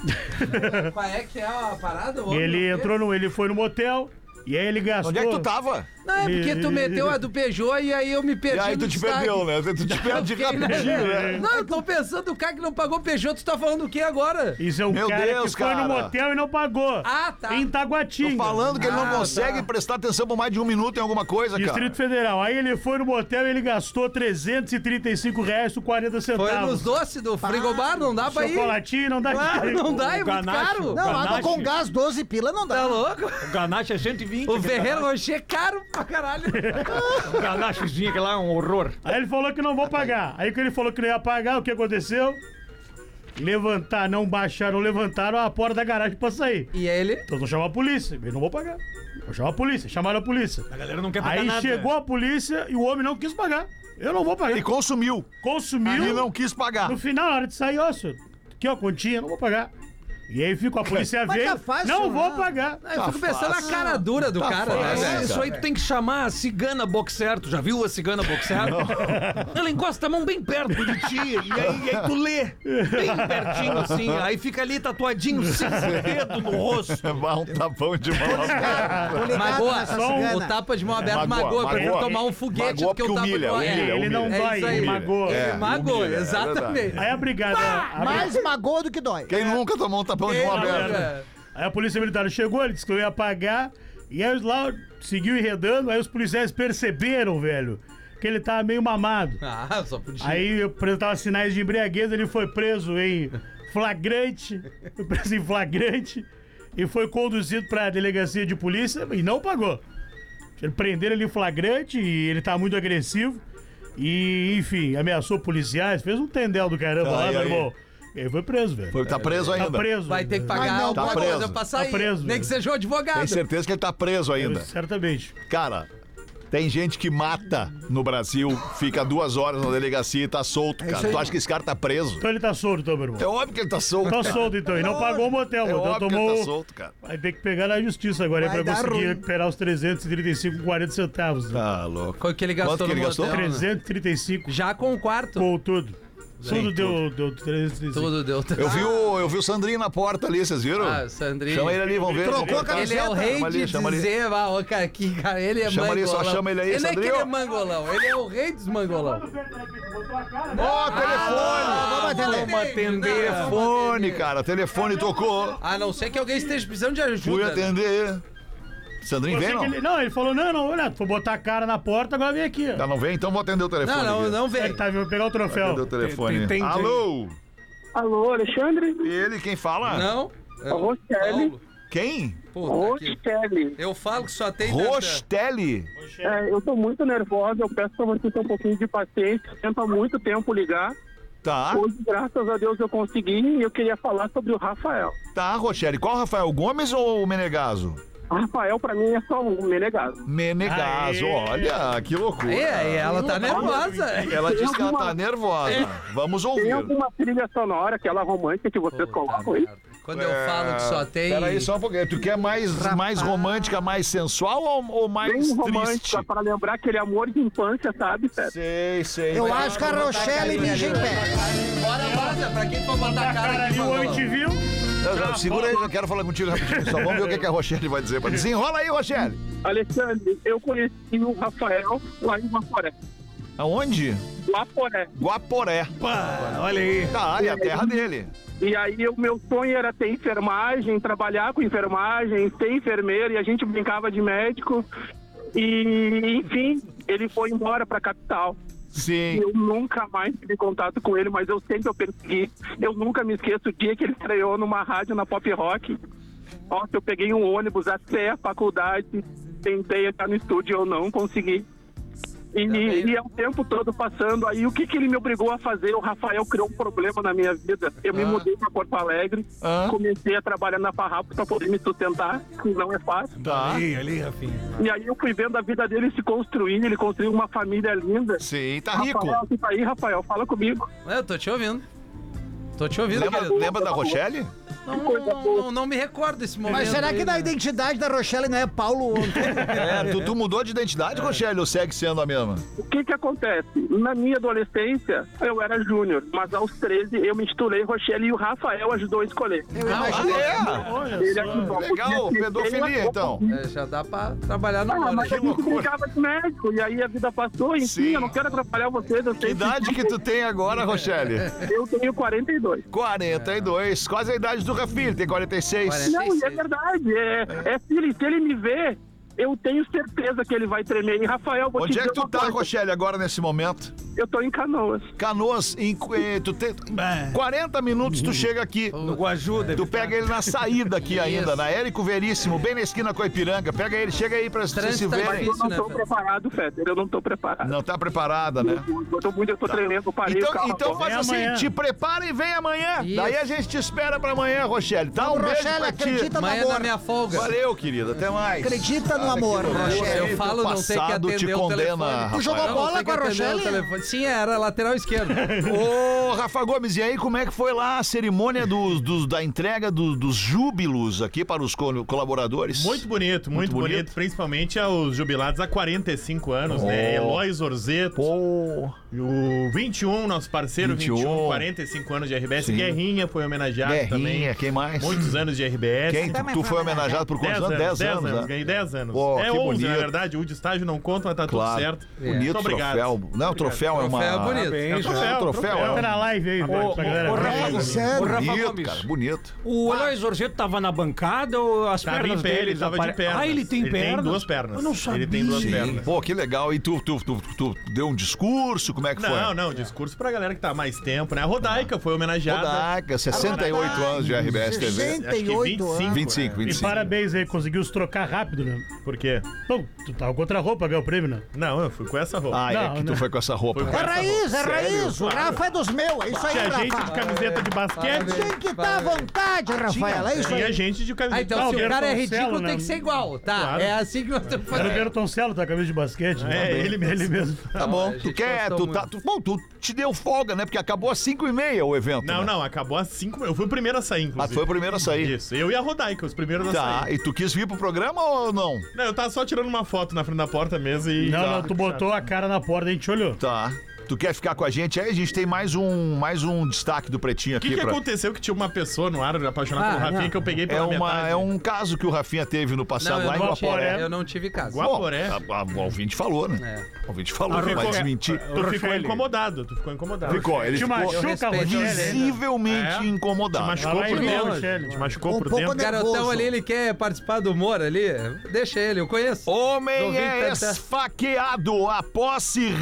Qual é que é a parada? é ô?
Ele entrou no, ele foi no motel e aí ele gastou.
Onde é que tu tava?
Não, é porque tu meteu a do Peugeot e aí eu me perdi
E aí
no
tu te
destaque.
perdeu, né? Tu te perde
Fiquei na-
rapidinho, né?
É.
Não, eu tô pensando, o cara que não pagou Peugeot, tu tá falando o que agora?
Isso é um
Meu
cara
Deus,
que foi
cara.
no motel e não pagou.
Ah, tá.
Em
Tô
Taguatinga.
falando que ele não
Ah,
consegue
tá.
prestar atenção por mais de um minuto em alguma coisa,
Distrito Federal. Aí ele foi no motel e ele gastou 335 reais com 40
Foi
Tá,
centavos.
nos doces do frigobar, não dá pra ir?
Chocolatinho não dá
Ah, não dá, é muito
O ganache.
caro.
Não, água
Ganache.
com gás, 12 pila não
Tá
dá.
louco?
O ganache é 120.
O
aquele
Ferreiro Rocher é caro pra caralho.
ganache. O ganachezinho, aquele lá é um horror.
Aí ele falou que não vou pagar. Aí que ele falou que não ia pagar, o que aconteceu? Levantar, não baixaram, levantaram a porta da garagem pra sair.
E ele?
Então não chamar a polícia. Eu não vou pagar. Vou chamar a polícia. Chamaram a polícia.
A galera não quer pagar
Aí
nada.
chegou a polícia e o homem não quis pagar. Eu não vou pagar.
E consumiu.
Consumiu.
E não quis pagar.
No final, na hora de sair, ó, senhor, aqui ó, continha, não vou pagar. E aí ficou a polícia
Mas
veio.
tá fácil,
não
né?
vou pagar.
Aí eu fico pensando na
Tá fácil.
cara dura do
Tá
cara, né,
fácil,
velho?
cara.
Isso aí tu tem que chamar a cigana boxer. Tu já viu a cigana boxer? Ela encosta a mão bem perto de ti. E aí, e aí tu lê. Bem pertinho assim. Aí fica ali tatuadinho, cinco dedo no rosto.
Vai um tapão de mão.
Tô ligado
Magoa,
nessa
só um-
cigana.
o tapa de mão aberta
Magoa,
magoa, pra ele
magoa.
tomar um foguete
Magoa
do que o
porque
tapa de
humilha,
mão
humilha,
é.
Ele não
humilha.
dói,
É isso aí.
ele magoa.
É,
Magoa,
humilha, é
exatamente.
verdade.
Aí a brigada. a
Mais magoa do que dói.
Quem nunca tomou um tapão de mão aberta?
né?
Cara,
Tá Aí a polícia militar chegou, ele disse que eu ia pagar. E aí lá seguiu enredando, aí os policiais perceberam, velho, que ele tava meio mamado.
Ah, só podia.
Aí apresentava sinais de embriaguez, ele foi preso em flagrante. Foi preso em flagrante e foi conduzido pra delegacia de polícia e não pagou. Ele prenderam ele em flagrante e ele tá muito agressivo. E, enfim, ameaçou policiais, fez um tendel do caramba
Tá,
lá,
e
meu
aí?
irmão. E aí foi preso, velho.
Foi- Tá preso
Tá
ainda.
preso.
Vai ter que
Mas
pagar
não,
alguma
tá preso.
coisa pra sair.
preso,
Nem
velho.
que seja o advogado.
Tem certeza que ele tá preso ainda.
Certamente.
Cara, Tem gente que mata no Brasil, fica duas horas na delegacia e tá solto, cara. tu acha que esse cara tá preso?
Então ele tá solto, então, meu irmão.
É óbvio que ele tá solto.
Tá
cara.
solto, então. E não pagou o motel,
É
o motel
óbvio que ele tá
tomou...
solto, cara.
Vai ter que pegar na justiça agora aí
Vai
pra
dar
conseguir
ruim.
recuperar os 335,40 centavos. né?
Tá louco.
Quanto que ele gastou
Quanto que ele
no
gastou?
motel, né?
335
Já com o quarto.
com tudo. Tudo
tudo.
deu, deu 335.
Tudo deu.
Eu vi, o, eu vi o Sandrinho na porta ali, vocês viram?
Ah, Sandrinho.
Chama ele ali, vamos ver.
Trocou
Vamos
a
ver.
camiseta.
Ele é o rei
Chama ali,
de
chama ali.
dizer, ah, ô, cara, que cara, ele é
Chama ali, só
mangolão.
chama ele aí,
não é que ele
Sandrinho.
é mangolão, ele é o rei dos mangolão.
Ó, telefone!
Ah,
atender.
vamos atender.
é
telefone, cara. Telefone tocou.
A não ser que alguém esteja precisando de
Fui
ajuda. né?
atender. Sandrinho
Eu
vem,
sei
não?
que ele- não, ele falou, não, não, olha, vou botar a cara na porta, agora vem aqui. ó.
Tá, não vem? Então vou atender o telefone.
Não, não,
aqui.
não
Ele
vem.
tá vindo pegar o
Atender
troféu.
o telefone.
Tem- tem- tem-
Alô?
Alô, Alexandre?
E ele, quem fala?
Não?
Rostelli.
Paulo?
Quem?
Puta que-
Rostelli.
Eu falo que só tem...
Rostelli?
É, eu tô muito nervosa, eu peço pra você ter um pouquinho de paciência. Tenta há muito tempo ligar.
Tá,
Hoje, graças a Deus, eu consegui e eu queria falar sobre o Rafael.
tá, Rochelle. Qual Rafael Gomes ou o Menegaso?
Rafael, pra mim, é só um menegado.
Menegaso,
Aê.
olha, que loucura.
É, é, ela tá nervosa.
Ela disse que ela tá
alguma-
nervosa. Vamos
Tem
ouvir.
alguma trilha sonora, aquela romântica que vocês colocam aí?
Quando eu falo que só tem...
Peraí, só um pouquinho. Tu quer mais, mais romântica, mais sensual ou, ou mais
Bem
triste?
romântica, pra lembrar aquele amor de infância, sabe, Pedro?
Sei, sei.
Eu acho que a Rochelle mija em pé.
Bora, bora, pra quem for botar a cara
Cara,
aqui,
ali o homem te
mangolão.
viu.
Não, não, segura aí, eu quero falar contigo rapidinho. Só vamos ver o que, que a Rochelle vai dizer. pra- Desenrola aí, Rochelle.
Alexandre, eu conheci o Rafael lá em Guaporé.
Aonde?
Guaporé.
Guaporé.
Olha aí.
Tá, ali, a terra dele.
E aí o meu sonho era ter enfermagem, trabalhar com enfermagem, ser enfermeiro, e a gente brincava de médico. E, enfim, ele foi embora pra capital. E
Sim.
eu nunca mais tive contato com ele, mas eu sempre o persegui. Eu nunca me esqueço o dia que ele estreou numa rádio na Pop Rock. Nossa, eu peguei um ônibus até a faculdade, tentei entrar no estúdio, eu não consegui. E,
Tá
bem, né?
e é o tempo todo passando. Aí o que, que ele me obrigou a fazer? O Rafael criou um problema na minha vida. Eu me
Ah.
mudei pra Porto Alegre,
Ah.
comecei a trabalhar na farrapo pra poder me sustentar, que não é fácil.
Tá.
Aí, ali, Rafinha.
E aí eu fui vendo a vida dele se construir, ele construiu uma família linda.
Sim, tá rico.
Rafael, tu tá aí, Rafael, fala comigo.
Eu tô te ouvindo. Tô te ouvindo,
Lembra,
querido.
lembra da Rochelle?
Não,
coisa
não,
boa.
não- não me recordo desse momento.
Mas será que
aí,
na
né?
identidade da Rochelle não é Paulo Antônio?
É, tu, tu mudou de identidade, Rochelle, ou segue sendo a mesma?
O que que acontece? Na minha adolescência, eu era júnior, mas aos 13 eu misturei Rochelle e o Rafael ajudou a escolher.
Ah,
Ele ajudou.
é? Legal,
Porque ele
pedofilia,
ajudou.
então.
É, já dá pra trabalhar no
Ah,
ah,
mas a gente brincava de médico, e aí a vida passou, enfim,
Sim.
eu não quero atrapalhar vocês, eu
Que
sei
idade que tu tem agora, Rochelle?
eu tenho 42.
42. Quase a idade do Rafinha, tem 46.
Não, e é
46.
verdade, é, é filho, se ele me ver, eu tenho certeza que ele vai tremer. E Rafael, vou te
Onde é
dizer
que tu
uma
tá,
coisa,
Rochelle, agora nesse momento?
Eu tô em Canoas.
Canoas, em, eh, tu tem
É.
40 minutos tu chega aqui.
No Guaju, deve
Tu pega ele na saída aqui ainda, na Érico Veríssimo, bem na esquina com a Ipiranga. Pega ele, chega aí pra vocês se
Trânsito tá
verem.
difícil.
Eu não
né,
tô
Fê?
preparado, Feder, eu não tô preparado.
Não tá preparada, né?
Eu tô muito, eu tô tremendo, eu parei o
Então,
carro
então
agora.
faz
Vem
assim,
amanhã.
te prepara e vem amanhã.
Isso.
Daí a gente te espera pra amanhã, Rochelle. Tá um beijo
Rochelle,
pra ti.
acredita no
Amanhã na
amor.
minha folga.
Valeu, querida. Até mais.
Acredita no amor, Rochelle.
Eu falo, não tem que
Passado
atender
te
o
condena,
telefone.
Tu
jogou
Não,
bola
tem que
com a
atender o
Rochelle?
telefone. Sim, era lateral esquerdo.
Ô, Rafa Gomes, e aí como é que foi lá a cerimônia dos, dos- da entrega do- dos júbilos aqui para os co- colaboradores?
Muito bonito, muito,
Muito
bonito.
bonito.
principalmente aos jubilados há 45 anos,
Oh.
né? Eloy Zorzeto,
Pô,
e o 21, nosso parceiro 21,
21,
45 anos de RBS.
Sim.
Guerrinha foi homenageado
Guerrinha,
também.
quem mais?
Muitos anos de RBS.
Quem? Tu, tu foi homenageado por quantos
10
anos? 10
dez
anos, né?
ganhei 10 anos.
Pô,
é
que
11, na
bonito.
verdade, o de estágio não conta, mas tá
Claro. É.
tudo certo.
Bonito
Muito obrigado.
troféu. Não, troféu, é uma...
Troféu bonito.
Parabéns.
É um troféu, é um troféu. é um-
Tá na live aí, velho, pra galera.
ô,
ver.
Rafa,
É,
né?
sério.
Ô, Rafa
Bonito,
Gomes.
cara, bonito.
O Eloy Zorzeto tava na bancada ou as
Tava
pernas
em pé,
dele
ele tava de
apare-
pernas.
Ah, ele tem
Ele tem
pernas?
duas pernas.
Eu não sabia.
Ele tem duas
Sim.
pernas.
Pô, que legal. E tu, tu, tu, tu deu um discurso? Como é que
Não,
foi?
não, discurso pra galera que tá há mais tempo, né? A Rodaica foi homenageada.
Rodaica, 68 anos de RBS TV.
Acho que
68
25,
anos.
25,
E
25.
parabéns aí, conseguiu se trocar rápido, né?
Por quê?
Bom, tu tava com outra roupa, ganhou o prêmio, né?
Não, eu fui com essa roupa.
Ah, é
Não,
que tu
não.
foi com essa roupa.
Foi
cara.
com
É raiz, é
Sério?
raiz. O
Claro.
Rafa é dos meus. É isso aí,
Tinha gente de
Rafa.
camiseta de basquete.
Tem que estar à vontade, Rafael. É isso
Tinha
aí.
gente de
Ah,
camiseta.
então se o cara é
Bertoncello,
ridículo,
né?
tem que ser igual. Tá, é assim que eu tô
Era
fazendo.
o Bertoncello, tá camisa de basquete.
É, ele mesmo.
Ele mesmo.
Tá bom,
a
tu
gente
quer,
gostou
tu tá.
muito.
tu- bom, tu te deu folga, né? Porque acabou às 5 e meia o evento.
Não,
né?
não, acabou às 5 Eu fui o primeiro a sair, inclusive.
Mas tu foi o primeiro a sair.
Isso, eu e a Rodaica, os primeiros a
Tá,
sair.
e tu quis vir pro programa ou não?
Não, eu tava só tirando uma foto na frente da porta mesmo e.
Não,
Tá.
não, tu botou a cara na porta, a gente olhou.
Tá. Tu quer ficar com a gente aí? A gente tem mais um, mais um destaque do Pretinho
O que,
aqui.
que
pra...
aconteceu que tinha uma pessoa no ar apaixonada
Ah,
pelo Rafinha
não.
que eu peguei
É,
pela
uma,
metade?
é um caso que o Rafinha teve no
Não,
passado lá
eu
em
não,
Guaporé.
tive, eu não tive caso.
Guaporé.
A, a, o ouvinte falou, né?
É.
O ouvinte falou,
Ah,
não vai
ficou-
desmentir.
Tu é. ficou
Rochelli.
incomodado, tu ficou incomodado.
Ficou, ele
Te
ficou
machuca,
Eu respeito.
Rogério. ainda.
visivelmente
É?
incomodado.
Te machucou
Fala aí, É
por
Rochelli.
dentro. Te machucou
Um
por
pouco
dentro.
O garotão
Nervoso.
ali, ele quer participar do humor ali. Deixa ele, eu conheço.
Homem
Não
é
vi tanta-
esfaqueado após se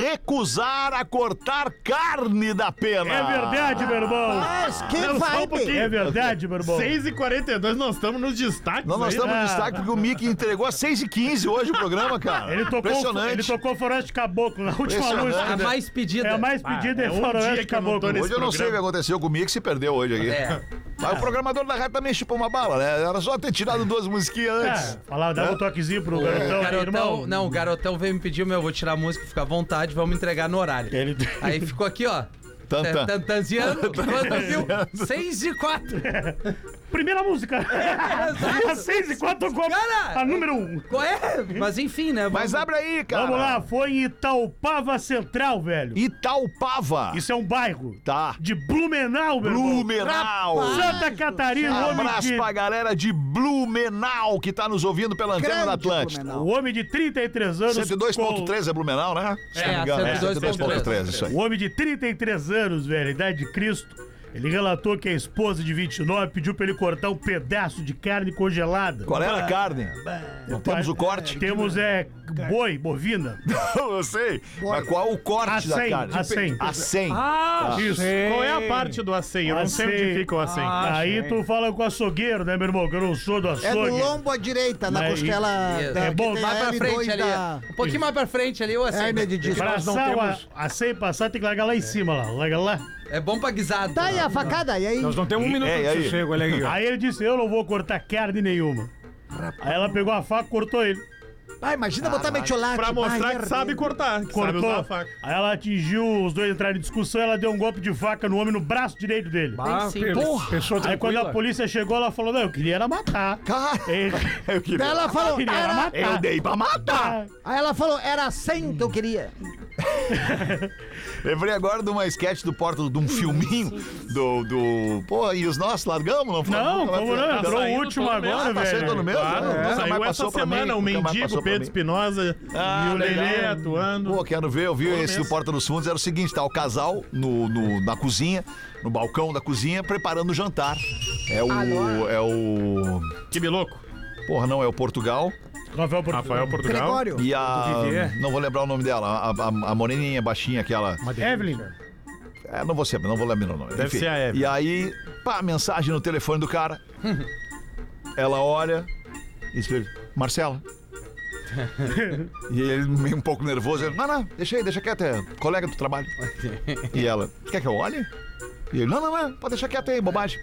recusar a cortar carne da pena.
É verdade, meu irmão.
Mas que
Não, só um pouquinho.
vibe.
É verdade, meu irmão.
6h42, nós estamos nos destaques.
Não, nós
aí,
estamos
né?
em
Ah.
destaque porque o Mickey entregou às 6h15 hoje o programa, cara.
Ele tocou,
Impressionante.
ele tocou Floresta Caboclo na última
Impressionante.
luz.
A mais pedida.
É a mais
Ah,
pedida
é
é
um dia
Floresta
que eu não tô
Caboclo.
nesse-
Hoje eu não sei o que
programa.
aconteceu com o Mickey, que se perdeu hoje aqui.
É.
Mas o programador da rádio também chupou uma bala, né? Era só ter tirado duas musiquinhas antes.
É, falar, dá um toquezinho pro garotão,
O
aí,
garotão,
irmão.
não, o garotão veio me pedir, meu, eu vou tirar a música, fica à vontade, vamos entregar no horário.
Ele-
Aí ficou aqui, ó.
Tantan.
Tantanziano, quando viu, 6 e 4.
Primeira música.
É,
Às 6 e 4 tocou
Cara,
a número 1. Um.
Qual é? Mas enfim, né?
Mas
vamos-
abre aí, cara.
Vamos lá, foi em Itaupava Central, velho.
Itaupava.
Isso é um bairro.
Tá.
De Blumenau, meu irmão.
Blumenau.
Santa Catarina, o homem
Abraço
de...
pra galera de Blumenau que tá nos ouvindo pela antena da
Grande
Atlântica.
Blumenau.
O um homem de 33 anos...
102.3 é Blumenau, né? Se não me engano,
É,
102.3, isso aí.
O um homem de 33 anos, velho, idade de Cristo, ele relatou que a esposa de 29 pediu pra ele cortar um pedaço de carne congelada.
Qual era a carne? Não temos o corte?
Temos é boi, bovina.
Eu sei. Mas qual o corte
A
da
100,
carne?
a 100.
A 100.
Ah,
Isso.
Qual é a parte do acém? Eu não sei
Acém.
onde fica o acém.
Ah,
Aí
sim.
tu fala com o açougueiro, né, meu irmão? Que eu não sou do
É do
açougue.
lombo à direita, na
Mas-
costela.
Isso.
da-
É bom,
que tem
vai
a
Pra
L2
frente ali.
da-
Um pouquinho mais pra frente ali, ou assim.
Hérnia de disco.
Pra
nós não
assar o a-
temos-
a sem passar, tem que largar lá em cima, lá. Larga lá.
É bom pra guisado.
Tá aí a facada, e aí? Ah,
Nós não temos um minuto
é, aí.
de sossego, olha aí. ó.
Aí ele disse, eu não vou cortar carne nenhuma. Aí ela pegou a faca e cortou ele.
Ah, imagina botar metiolate.
Pra mostrar
Ai,
que sabe cortar. Que sabe usar
Cortou.
a faca.
Aí ela atingiu, os dois entraram em discussão, ela deu um golpe de faca no homem no braço direito dele.
Ah,
sim.
pe-
Porra.
Pessoa
Aí quando
tranquila.
a polícia chegou, ela falou, não, eu queria era matar.
Cara,
Ele
eu
Daí
queria.
ela falou,
queria era
era...
matar.
Eu dei pra matar.
Aí ela falou, era 100 que eu queria.
Lembrei agora de uma sketch do Porto, de um filminho do. do... Pô, e os nossos largamos, não foi?
Não, como não?
Tá
Entrou o
saindo
último
todo
agora,
Ah, tá
velho.
saindo no mesmo?
Claro,
Não, nunca mais
Saiu essa
passou pra
semana
mim,
o
nunca mais
mendigo,
passou pra
Pedro
mim.
Espinosa
Ah,
e o
legal.
Lelê atuando.
Pô, quero ver, eu vi esse do Porta dos Fundos, era o seguinte, tá o casal no, no- na cozinha, no balcão da cozinha, preparando o jantar. É o... é o...
Que biloco.
Porra, não, é o Portugal
Rafael Portugal.
Rafael Portugal.
Gregório.
e a...
Do Vivier.
Não vou lembrar o nome dela, a, a, a moreninha baixinha, aquela...
Evelyn.
É, não vou saber, não vou lembrar o nome.
Deve ser a Evelyn.
E aí, pá, mensagem no telefone do cara. Ela olha e diz pra ele, Marcela. e ele, meio um pouco nervoso, ele, não, não, deixa aí, deixa quieto, é colega do trabalho. e ela, quer que eu olhe? E ele, não, não, não, pode deixar quieto aí, bobagem.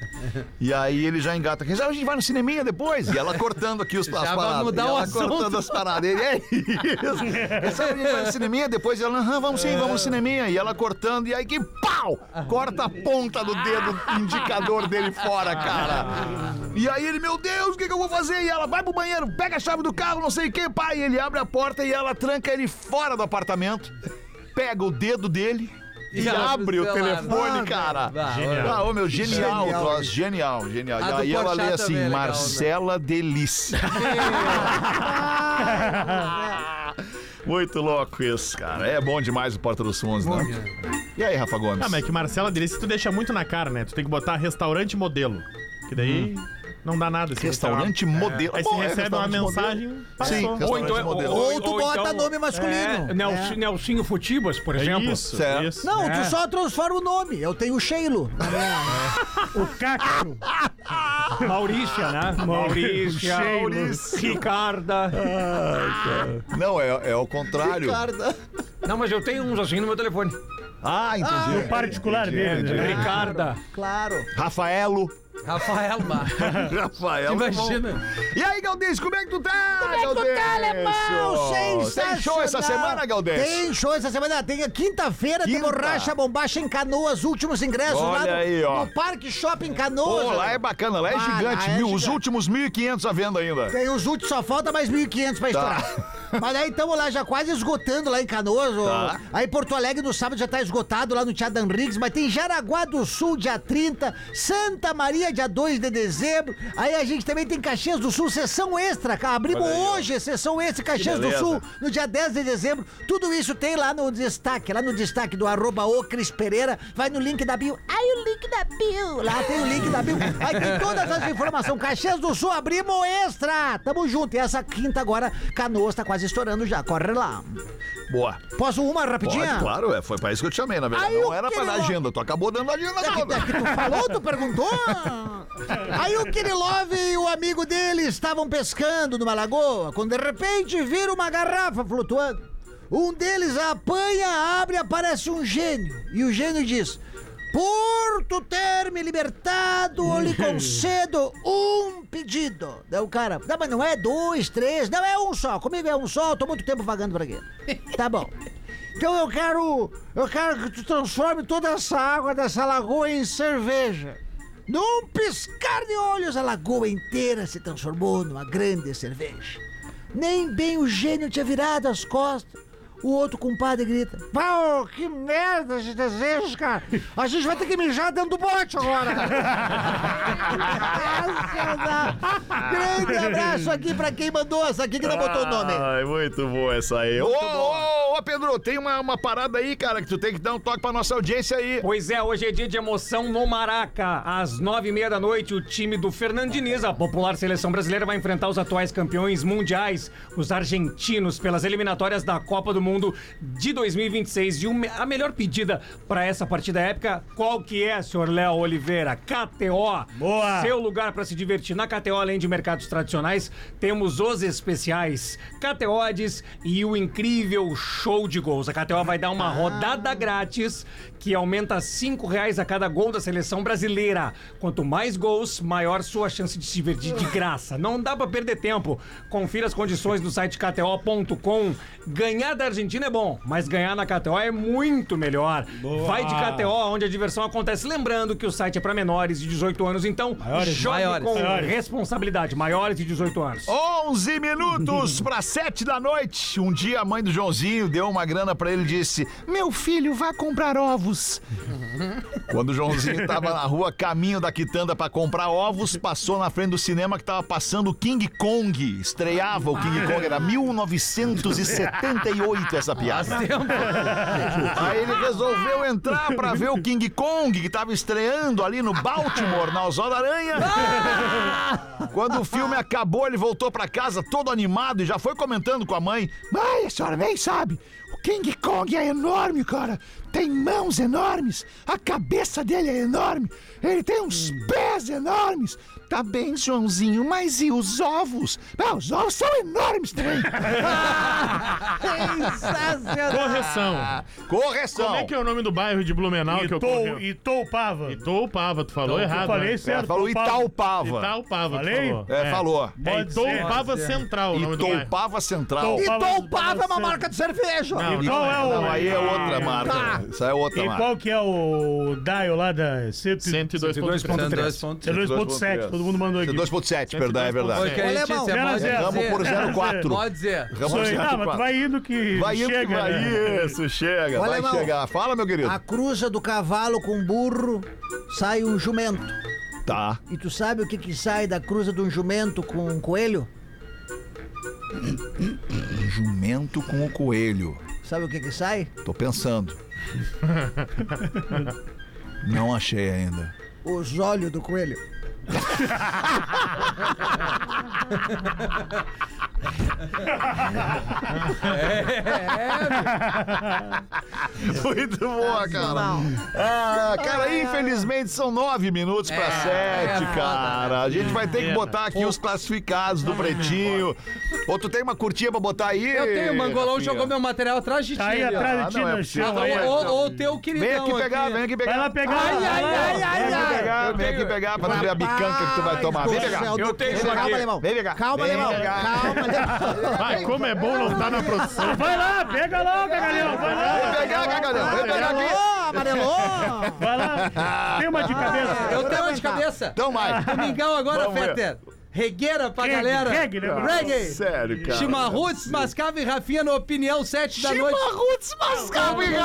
E aí ele já engata, "Mas a gente vai no cineminha depois. E ela cortando aqui os, as
vai
paradas.
mudar
e
o
ela
assunto.
cortando as paradas. Ele, é isso. "Quer saber, a gente vai no cineminha depois. E ela, aham, vamos sim, vamos no cineminha. E ela cortando, e aí que pau! Corta a ponta do dedo indicador dele fora, cara. E aí ele, meu Deus, o que, que eu vou fazer? E ela, vai pro banheiro, pega a chave do carro, não sei o que, pai. E ele abre a porta e ela tranca ele fora do apartamento. Pega o dedo dele e,
E abre
abre
o
o
celular.
telefone,
Ah,
cara.
Bah,
Genial.
Ah, ô meu, genial,
Genial,
troço, genial, genial.
A do
E aí ela
Porchat
lê
também é
assim,
legal, né?
Marcela Delice. Muito louco isso, cara. É bom demais o Porta dos Fundos, né? E aí, Rafa Gomes?
Ah, mas é que Marcela Delice tu deixa muito na cara, né? Tu tem que botar restaurante modelo. Que daí Não dá nada. se
Restaurante
você-
modelo.
Aí você
Bom, é
recebe uma
restaurante
mensagem.
modelo.
passou.
Sim,
Ou,
restaurante
então,
modelo.
Ou tu bota nome masculino.
É, Nelson-
É.
Nelsinho Futibas, por
É
exemplo.
isso,
Certo.
isso.
Não,
É.
tu só transforma o nome. Eu tenho o Sheilo.
O cacto.
Maurícia, né? Maurícia.
Maurícia.
Ricarda.
Não, é, é ao contrário.
Não, mas eu tenho uns assim no meu telefone.
Ah, entendi.
No particular dele,
É.
né?
Ricarda.
Claro.
Rafaelo.
Rafael Mar.
Rafaelo.
Imagina.
E aí, Galdês, como é que tu tá,
Como é que tu tá, alemão? tá Sensacional.
Tem show essa semana, Galdês?
Tem show essa semana. Tem a quinta-feira, tem
Quinta.
borracha bombacha em Canoas, últimos ingressos lá
Olha
no,
aí, ó.
no Parque Shopping Canoas.
Pô, lá
olha.
é bacana, lá é
Ah,
gigante.
lá é
mil, Os
gigante.
últimos 1.500 à venda ainda.
Tem os últimos, só falta mais 1.500 pra
Tá.
estourar. Mas aí estamos lá já quase esgotando lá em Canoas. ô.
Tá.
Aí Porto Alegre no sábado já tá esgotado lá no Teatro Henriques, mas tem Jaraguá do Sul dia 30, Santa Maria dia 2 de dezembro. Aí a gente também tem Caxias do Sul, sessão extra, cara. Abrimos
Olha aí, ó.
hoje, sessão extra, Caxias do
beleza.
Sul, no dia 10 de dezembro. Tudo isso tem lá no destaque, lá no destaque do arroba o Cris Pereira. Vai no link da bio.
Ai, o link da Bill.
Lá tem o link da Bíblia. Aí tem todas as informações. Caxias do Sul, abrimos extra. Tamo junto. E essa quinta agora, Canoas tá quase estourando já. Corre lá.
Boa.
Posso uma
Pode,
rapidinha?
claro, é, foi pra isso que eu te chamei, na verdade.
Aí
não
o
era pra dar
Kirilov-
agenda, tu acabou dando a agenda
É que,
toda.
é que tu falou, tu perguntou? Aí o Kirilov e o amigo dele estavam pescando numa lagoa, quando de repente vira uma garrafa flutuando. Um deles apanha, abre, aparece um gênio. E o gênio diz: Por tu ter me libertado, eu lhe concedo um pedido. Daí o cara, não, mas não é dois, três, não é um só. Comigo é um só, eu tô muito tempo vagando por aqui. Tá bom. Então eu quero. Eu quero que tu transforme toda essa água dessa lagoa em cerveja. Num piscar de olhos, a lagoa inteira se transformou numa grande cerveja. Nem bem o gênio tinha virado as costas. O outro compadre grita: Pau, que merda de desejo, cara! A gente vai ter que mijar dentro do bote agora! é Grande abraço aqui pra quem mandou essa aqui que não botou o nome.
Ah.
Ai, muito boa essa aí. Ô, ô, ô, Pedro, tem uma, uma parada aí, cara, que tu tem que dar um toque pra nossa audiência aí.
Pois é, hoje é dia de emoção no Maraca. Às nove e meia da noite, o time do Fernandiniz, a popular seleção brasileira, vai enfrentar os atuais campeões mundiais, os argentinos, pelas eliminatórias da Copa do Mundo de 2026. E o me- a melhor pedida para essa partida épica, qual que é, senhor Léo Oliveira? KTO.
Boa.
Seu lugar para se divertir na KTO, além de mercados tradicionais, temos os especiais, KTOdes e o incrível show de gols. A KTO vai dar
Ah.
uma rodada grátis que aumenta R$ 5 reais a cada gol da seleção brasileira. Quanto mais gols, maior sua chance de se divertir de graça. Não dá para perder tempo. Confira as condições no site kto.com. Ganhar da Argentina é bom, mas ganhar na KTO é muito melhor. Vai de KTO, onde a diversão acontece. Lembrando que o site é para menores de 18 anos, então
Maiores,
jogue
maiores,
com
maiores.
responsabilidade. Maiores de 18 anos.
11 minutos para 7 da noite. Um dia a mãe do Joãozinho deu uma grana para ele e disse: Meu filho, vá comprar ovos. Quando o Joãozinho estava na rua, caminho da quitanda para comprar ovos, passou na frente do cinema que estava passando King Kong. Estreava o King Kong, era 1978 essa piada. Aí ele resolveu entrar para ver o King Kong que estava estreando ali no Baltimore, na Osó da Aranha. Quando o filme acabou, ele voltou pra casa todo animado e já foi comentando com a mãe: Mãe, a senhora bem sabe, o King Kong é enorme, cara. Tem mãos enormes, a cabeça dele é enorme, ele tem uns
Hum.
pés enormes. Tá bem, Joãozinho, mas e os ovos? Ah, os ovos são enormes também.
Sensacional!
Correção.
Correção.
Como é que é o nome do bairro de Blumenau que
Itou,
ocorreu?
Itoupava.
Itoupava, tu falou
Eu
errado.
falei
né?
certo.
É, falou
Itoupava.
Itaupava.
Itaupava, tu
Falei?
falou.
É, falou.
É
Pode ser.
Itoupava Central, é o nome do bairro.
Itoupava Central.
Tou-
E
Fala-
toupava é uma
fala
marca de cerveja!
Não,
Qual
não
é o-
Não, aí é outra
Ah,
marca.
tá.
Isso aí é outra
E
marca.
qual que é o dial lá da... 102.7?
102.3.
102 pontos.
102.7, todo mundo
é
mandou aqui.
2.7, perdão, é verdade.
Foi que a gente
Alemão,
disse, é
zero a
pode
zero.
Ramo por
dizer.
04.
Pode dizer.
Ramo
Isso aí. Ah, mas
04.
tu vai indo que
Vai indo,
chega,
que vai.
né?
Isso, chega,
Olha,
vai
irmão.
chegar. Fala, Ah. meu querido.
A cruza do cavalo com burro sai um jumento.
Tá.
E tu sabe o que que sai da cruza de um jumento com um coelho?
Jumento com o coelho.
Sabe o que que sai?
Tô pensando. Não achei ainda.
Os olhos do coelho.
É,
Muito
Tá
boa, cara. Ah, cara, infelizmente são nove minutos para
É,
sete, cara. A gente vai ter que botar aqui os classificados do Pretinho. Ou tu tem uma curtinha pra botar aí?
Eu tenho, o Mangolão
Rafinha?
jogou meu material atrás de ti.
Tá aí
ali, ó.
atrás
Ah,
de ti,
não, é
no
possível.
chão.
Ah,
aí,
ou- ou o teu
Vem
queridão
aqui pegar, vem aqui pegar.
Vai lá pegar.
Ai, ai,
vai lá.
ai, ai,
Vem
ai.
pegar, vem aqui pegar pra tu ver a bicanca que tu vai tomar. Ah, Vem pegar.
Eu tenho
isso aqui.
Calma, alemão.
Vem pegar.
Calma,
Vem
alemão.
pegar.
Calma, alemão.
Ai, como é bom não estar na produção.
Vai lá, pega logo, galera. Vai
Vem
lá.
pegar, cagadão. Vem pegar
Amarelou,
aqui.
amarelou.
Vai lá. Tem uma
Ah,
de cabeça.
Eu tenho uma de cabeça.
Então, mais.
Domingão agora,
Vamos ver.
Fetter. Regueira pra
Reggae,
galera.
reggae, né, Bruno?
Reggae.
Sério, cara.
Chimarruts, Mascava e Rafinha no Opinião 7 da noite.
Chimarruts, mascavo e
Ah,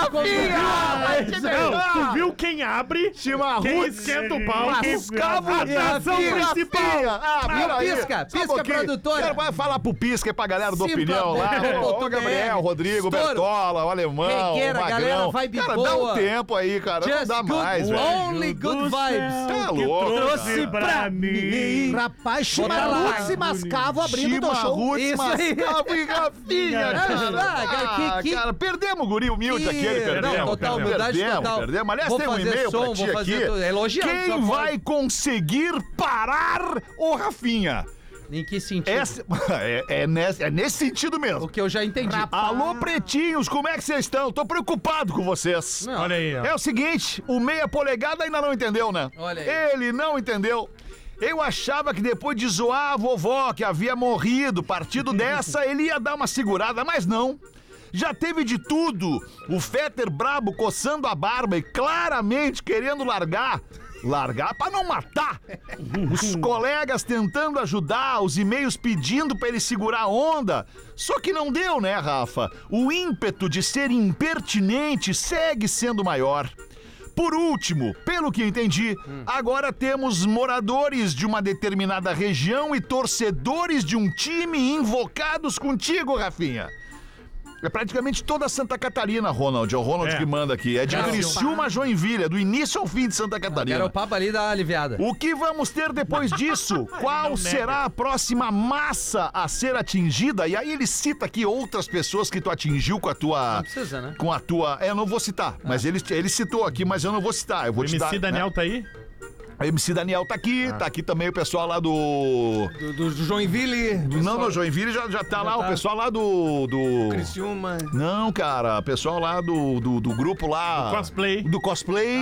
Rafinha.
Não, tu viu quem abre? Quem
Chimarruts,
esquenta o pau?
Quem-
mascavo e
atração
Rafinha.
principal.
Rafinha. Ah, pera aí.
Pisca,
Só um
pisca,
pouquinho.
produtora.
Quero vai falar pro Pisca e pra galera do
Simpa
Opinião lá.
ponto
Ô, ô, Gabriel,
BR.
Rodrigo,
Estouro.
Bertola, o Alemão,
Regueira,
o
galera,
Magrão.
vibe
Cara, dá
boa.
um tempo aí, cara. Não
Just
dá
good,
mais, velho.
only good vibes.
Tá louco,
Trouxe pra mim.
Rapaz,
Bota lá.
chimarruts e mascavo abrindo o teu show.
Chimarruts,
Isso aí.
Mascavo e Rafinha,
Ah, cara, que-
cara. Ah,
que-
cara, perdemos o guri humilde
Ih,
aquele,
não,
perdemos.
total,
perdemos,
humildade
perdemos,
total.
perdemos. Aliás,
Vou
tem um
fazer
e-mail pra
som,
ti
vou fazer
aqui.
tudo. É Elogiando, só
Quem
pode.
vai conseguir parar o Rafinha?
Em que sentido?
Essa, é, é nesse, é nesse sentido
O
mesmo.
que eu já entendi.
Alô, pretinhos, como é que vocês estão? Tô preocupado com vocês.
Não.
Olha aí, ó.
É o seguinte, o meia polegada ainda não entendeu, né?
Olha aí.
Ele não entendeu. Eu achava que depois de zoar a vovó que havia morrido, partido dessa, ele ia dar uma segurada, mas não. Já teve de tudo. O Fetter brabo coçando a barba e claramente querendo largar. Largar pra não matar. Os colegas tentando ajudar, os e-mails pedindo pra ele segurar a onda. Só que não deu, né, Rafa? O ímpeto de ser impertinente segue sendo maior. Por último, pelo que entendi, agora temos moradores de uma determinada região e torcedores de um time invocados contigo, Rafinha. É praticamente toda Santa Catarina, Ronald. É o Ronald
É.
que manda aqui. É de
Garopaba.
Criciúma, a Joinville, é do início ao fim de Santa
Era é o
Catarina.
papo ali da aliviada.
O que vamos ter depois disso? Qual será a próxima massa a ser atingida? E aí ele cita aqui outras pessoas que tu atingiu com a tua.
Não precisa, né?
Com a tua. É, eu não vou citar, mas ele, ele citou aqui, mas eu não vou citar. Eu vou te dar.
MC Daniel tá aí?
Né? MC Daniel tá aqui, tá aqui também o pessoal lá do.
Do, do Joinville.
do- não, não, Joinville já, já tá lá, o pessoal lá do. do...
Criciúma.
Não, cara, o pessoal lá do, do, do grupo lá.
Do cosplay.
Do cosplay.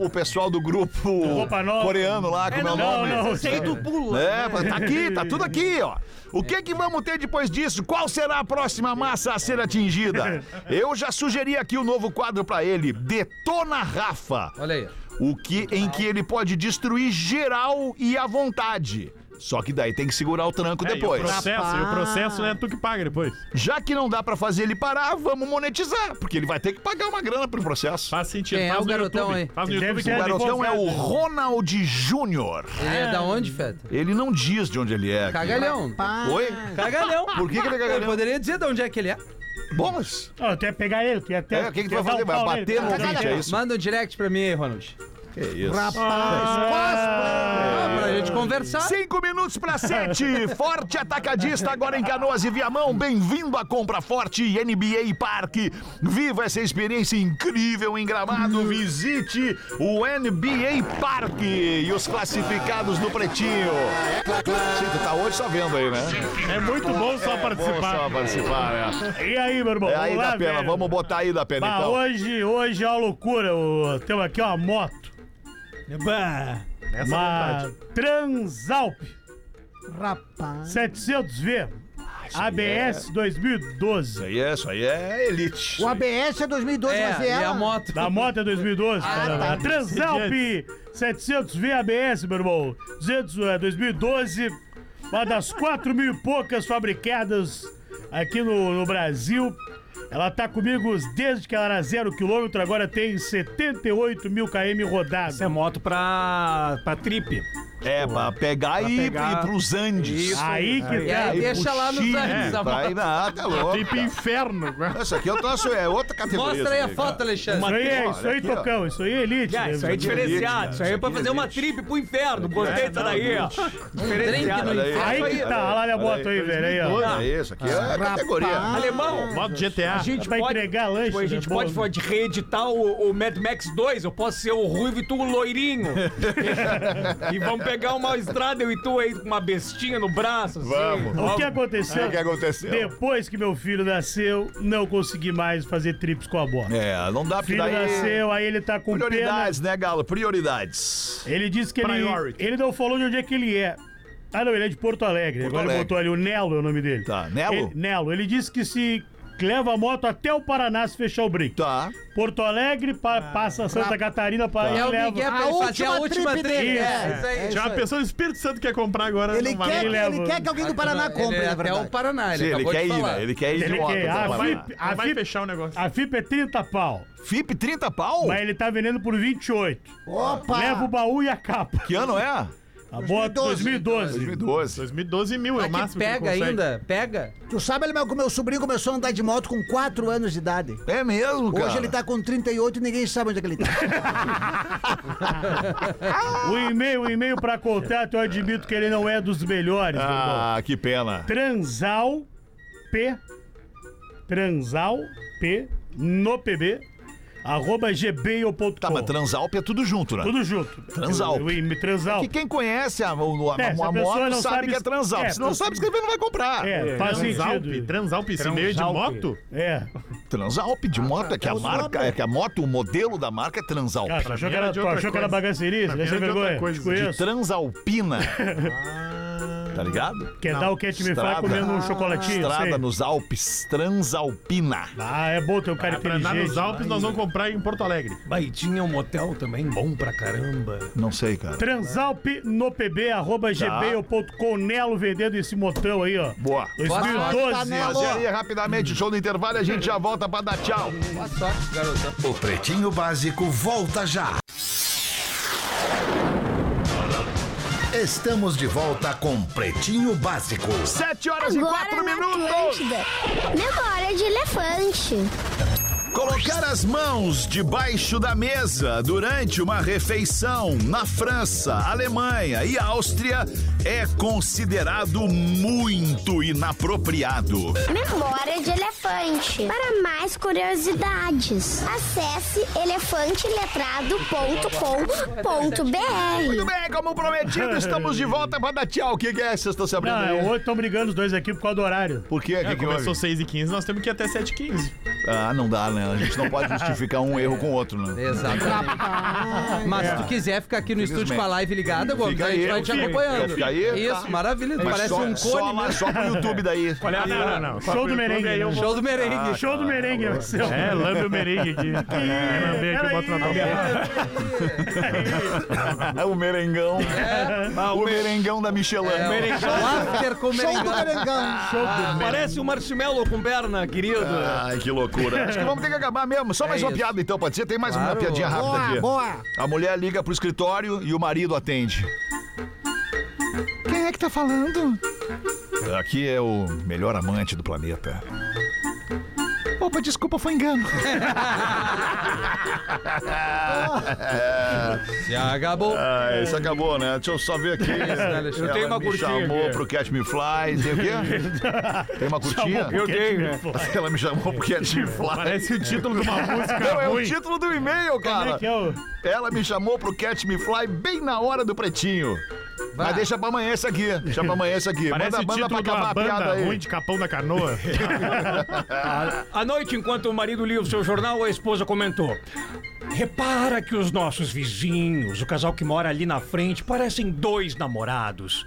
o, o pessoal do grupo
Roupa Nova.
coreano lá, como é, o
Não, né?
nome?
não.
do pulo.
É, mas tá aqui, tá tudo aqui, ó. O que que vamos ter depois disso? Qual será a próxima massa a ser atingida? Eu já sugeri aqui o novo quadro pra ele, Detona Rafa,
Olha aí.
o que em que ele pode destruir geral e à vontade. Só que daí tem que segurar o tranco
É, e
depois.
o processo, e o processo não é tu que paga depois.
Já que não dá pra fazer ele parar, vamos monetizar, porque ele vai ter que pagar uma grana pro processo.
Faz sentido.
Quem é
Faz
o
no
garotão
YouTube.
aí?
Faz no
Deve
YouTube.
ser
O
que-
garotão é o Ronald Júnior.
Ele é da onde, Feta?
Ele não diz de onde ele é. aqui.
Cagalhão.
Oi?
Cagalhão.
Por que que ele é
Eu
cagalhão?
poderia dizer de onde é que ele é.
Bom, mas...
Ó, tu ia pegar ele, tu ia até.
É, o que que tu vai
levar
fazer?
um
Vai
pau
bater
nele.
no ouvinte, é isso?
Manda um direct pra mim aí, Ronald.
Que isso.
Ah,
tá.
pra gente conversar.
Cinco minutos para sete. Forte Atacadista agora em Canoas e Viamão. Bem-vindo à Compra Forte e NBA Parque. Viva essa experiência incrível em Gramado. Visite o NBA Parque e os classificados do Pretinho. Sim, tu tá hoje só vendo aí, né?
É muito bom só participar.
Só participar, né?
E aí, meu irmão?
É aí
Vamos lá,
da pena.
velho.
Vamos botar aí da pena,
Bah,
então.
hoje, hoje é uma loucura. O, temos aqui uma moto. uma Transalp
Rapaz.
700V ABS 2012.
Isso aí é, isso aí é elite.
O ABS é 2012, mas
É,
é
e a
ela.
moto.
Da moto é 2012, cara.
tá.
A Transalp 700V ABS, meu irmão. 200, é, 2012. Uma das 4 mil e poucas fabricadas aqui no, no Brasil. Ela tá comigo desde que ela era zero quilômetro, agora tem 78 mil km rodado.
Essa é moto pra, pra trip.
É, pra pegar e ir
pegar-
pro- pros Andes.
Isso.
Aí que
E
tá.
aí deixa lá nos Andes a
Vai
volta.
nada, tá louco.
Tem pro
cara.
inferno.
Isso aqui eu troço, é outra categoria.
Mostra aí a
isso
foto, Alexandre.
Isso aí, é, isso aí,
Aqui, ó.
Tocão. Isso aí é elite.
Ah,
né?
isso aí é diferenciado. Isso aí é pra fazer uma trip pro inferno.
É,
Gostei disso daí,
Um
ó.
Drink
Diferenciado.
no
Olha aí,
inferno.
Aí que
aí.
tá. Olha a bota aí, velho. Aí, ó.
Olha isso, aqui é categoria.
Alemão,
Modo
a
GTA.
gente
Pra
pode.
entregar lanche,
a gente
né?
pode,
Boa.
pode reeditar o, o Mad Max 2. Eu posso ser o ruivo e tu o loirinho. e vamos pegar uma estrada, eu e tu aí com uma bestinha no braço. Assim.
Vamos.
O que
O
aconteceu?
que aconteceu?
Depois que meu filho nasceu, não consegui mais fazer trips com a bola.
É, não dá
O
pra
filho
daí.
nasceu, aí ele tá com pena.
Prioridades, né, Galo? Prioridades.
Ele disse que ele,
Priority.
ele não falou de onde é que ele é. Ah, não, ele é de Porto Alegre.
Porto
Agora
Alegre.
ele botou ali o Nelo, é o nome dele.
Tá, Nelo?
Ele, Nelo. Ele disse que se leva a moto até o Paraná se fechar o brinco.
Tá.
Porto Alegre, pa- passa Santa Catarina, para
É o
leva.
Miguel
A
pra ele fazer a
última
última
trip
trip.
dele.
É,
É,
isso aí.
Já pensou, o Espírito Santo quer comprar agora.
Ele,
não vai
quer que,
mais.
leva.
ele quer que alguém do Paraná compre,
é Ele é
na
até o
verdade.
Paraná, ele
Sim, ele
acabou
quer
de
ir,
falar.
né? Ele quer ir de
Ele
moto.
quer-
tá
ah,
lá.
Fipe.
Ah, vai
Fip-
fechar o negócio.
A FIP é 30 pau,
Fipe, 30 pau?
mas ele tá vendendo por 28.
Opa!
Leva o baú e a capa.
Que ano é?
A bota 2012.
2012.
2012 mil é o
Mas que
máximo que ele
pega
consegue.
ainda, pega.
Tu sabe, Alemão, que o meu sobrinho começou a andar de moto com 4 anos de idade.
É mesmo, cara?
Hoje ele tá com 38 e ninguém sabe onde é que ele tá.
O Um e-mail, o e-mail pra contato, eu admito que ele não é dos melhores. meu irmão.
Ah, que pena.
Transal P. Transal P. No PB. Arroba gmail.com.
Tá, mas Transalp é tudo junto, né?
Tudo junto.
Transalp.
Eu- eu- me- Transalp.
Que quem conhece a, a, a,
É, se a
a
pessoa
moto
não
sabe,
sabe
que é
es-
Transalp.
é,
Se não
porque-
sabe escrever, não vai comprar.
É, faz
Transalp,
sentido.
Transalp, esse meio é de
Transalp.
moto?
É.
Transalp
Ah,
de
tá.
moto, é que a marca, é que a moto, o modelo da marca é Transalp.
Então, Cara, tu achou
mim
que
era
era,
de
tu
outra
achou que era
coisa.
bagaceirice?
Pra
Vai
mim
ser
era de outra
vergonha.
coisa.
Te
De
conheço.
Transalpina. tá ligado?
Quer dar o cat me faz
Estrada.
comendo um chocolatinho?
Estrada
sei.
nos Alpes, Transalpina.
Ah, é bom ter um cara
Cara, pra andar
inteligente.
nos Alpes, nós vamos comprar em Porto Alegre.
Mas tinha um motel também bom pra caramba.
Não sei, cara.
Transalp no pb, arroba
Tá.
gmail.com, Nelo vendendo esse motão aí, ó.
Boa. tá, Mas
2012.
e aí, rapidamente, show no intervalo e a gente já volta pra dar tchau.
Boa sorte, garotão.
O Pretinho Básico volta já. Estamos de volta com Pretinho Básico.
Sete horas e
é
Agora
quatro
na
minutos.
Atlântida. Memória de elefante.
Colocar as mãos debaixo da mesa durante uma refeição na França, Alemanha e Áustria é considerado muito inapropriado.
Memória de elefante. Para mais curiosidades, acesse elefanteletrado.com.br.
Muito bem, como prometido, estamos de volta pra dar tchau. O que, que é? Vocês estão se abrindo
Não, é,
aí?
hoje estão brigando os dois aqui por causa do horário.
Por quê?
É,
que, que
começou
houve?
6h15, nós temos que ir até 7h15.
Ah, não dá, né? A gente não pode justificar um erro com o outro, né?
É, Exatamente. Mas se tu quiser ficar aqui no estúdio com a live ligada, Gomes,
Fica
a gente
aí,
vai
eu
te
fico, eu
acompanhando.
fico aí,
Isso,
tá.
maravilha.
Mas
Parece
só,
um
só, lá,
cone mesmo.
só pro YouTube daí.
Ah, não, não, não.
Show do merengue, né?
Show do merengue.
Show do merengue, Marcelo.
Ah, É, lambe o merengue aqui. É, lambe aqui, eu boto na tua boca.
o merengão.
É,
o merengão da Michelin.
O after com o
Show do
merengão.
Merengão. Show do
Parece um marshmallow com perna, querido.
Ai, que loucura. Acho que vamos ter que acabar mesmo. Só mais uma
isso.
piada então, pode ser? Tem mais uma
Claro.
piadinha rápida
Boa, boa.
aqui. A mulher liga pro escritório e o marido atende. Quem é que tá falando? Aqui é o melhor amante do planeta. Opa, desculpa, foi engano. É.
Se acabou.
É.
Ah, isso acabou, né? Deixa eu só ver aqui.
Alexandre?
Eu tenho
Ela
uma
me
curtinha
chamou
aqui.
pro Catch Me Fly. Tem o quê? Tem uma curtinha?
Eu dei, né?
Ela me chamou pro Catch Me Fly.
Parece o título de uma
Não,
música
é o
ruim.
título do e-mail,
Como é
cara.
que é o...
Ela me chamou pro Catch Me Fly bem na hora do pretinho.
Vai.
Mas deixa pra amanhã esse aqui. Deixa pra amanhã esse aqui.
Parece
Manda a
o
banda pra
título de
acabar
uma
a piada
banda ruim
aí.
de Capão da Canoa.
À noite, enquanto o marido lia o seu jornal, a esposa comentou: Repara que os nossos vizinhos, o casal que mora ali na frente, parecem dois namorados.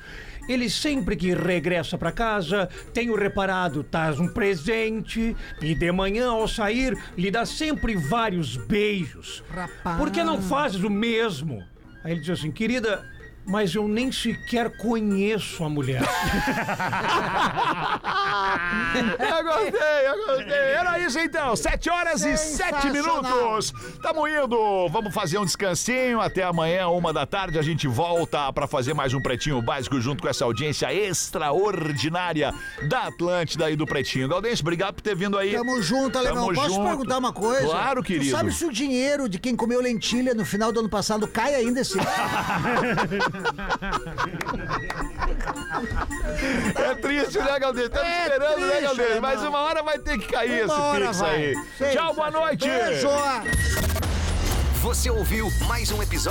Ele sempre que regressa pra casa, tenho reparado, traz um presente e de manhã ao sair lhe dá sempre vários beijos. Por que não fazes o mesmo? Aí ele diz assim: Querida, mas eu nem sequer conheço a mulher.
Eu gostei, eu gostei. Era isso então. Sete horas e sete minutos. Tamo indo. Vamos fazer um descansinho. Até amanhã, uma da tarde. A gente volta pra fazer mais um Pretinho Básico junto com essa audiência extraordinária da Atlântida e do Pretinho. Gaudense, obrigado por ter vindo aí.
Tamo junto, Alemão.
Tamo
Posso te
junto.
perguntar uma coisa?
Claro,
Tu
querido.
sabe se o dinheiro de quem comeu lentilha no final do ano passado cai ainda esse ano?
É triste, né, Galdês? Estamos
É
esperando, né,
triste,
Galdês? Mas
irmão.
uma hora vai ter que cair
Uma
esse
hora
pix
vai.
aí.
Sei,
Tchau, boa noite.
Beijo!
Você ouviu mais um episódio?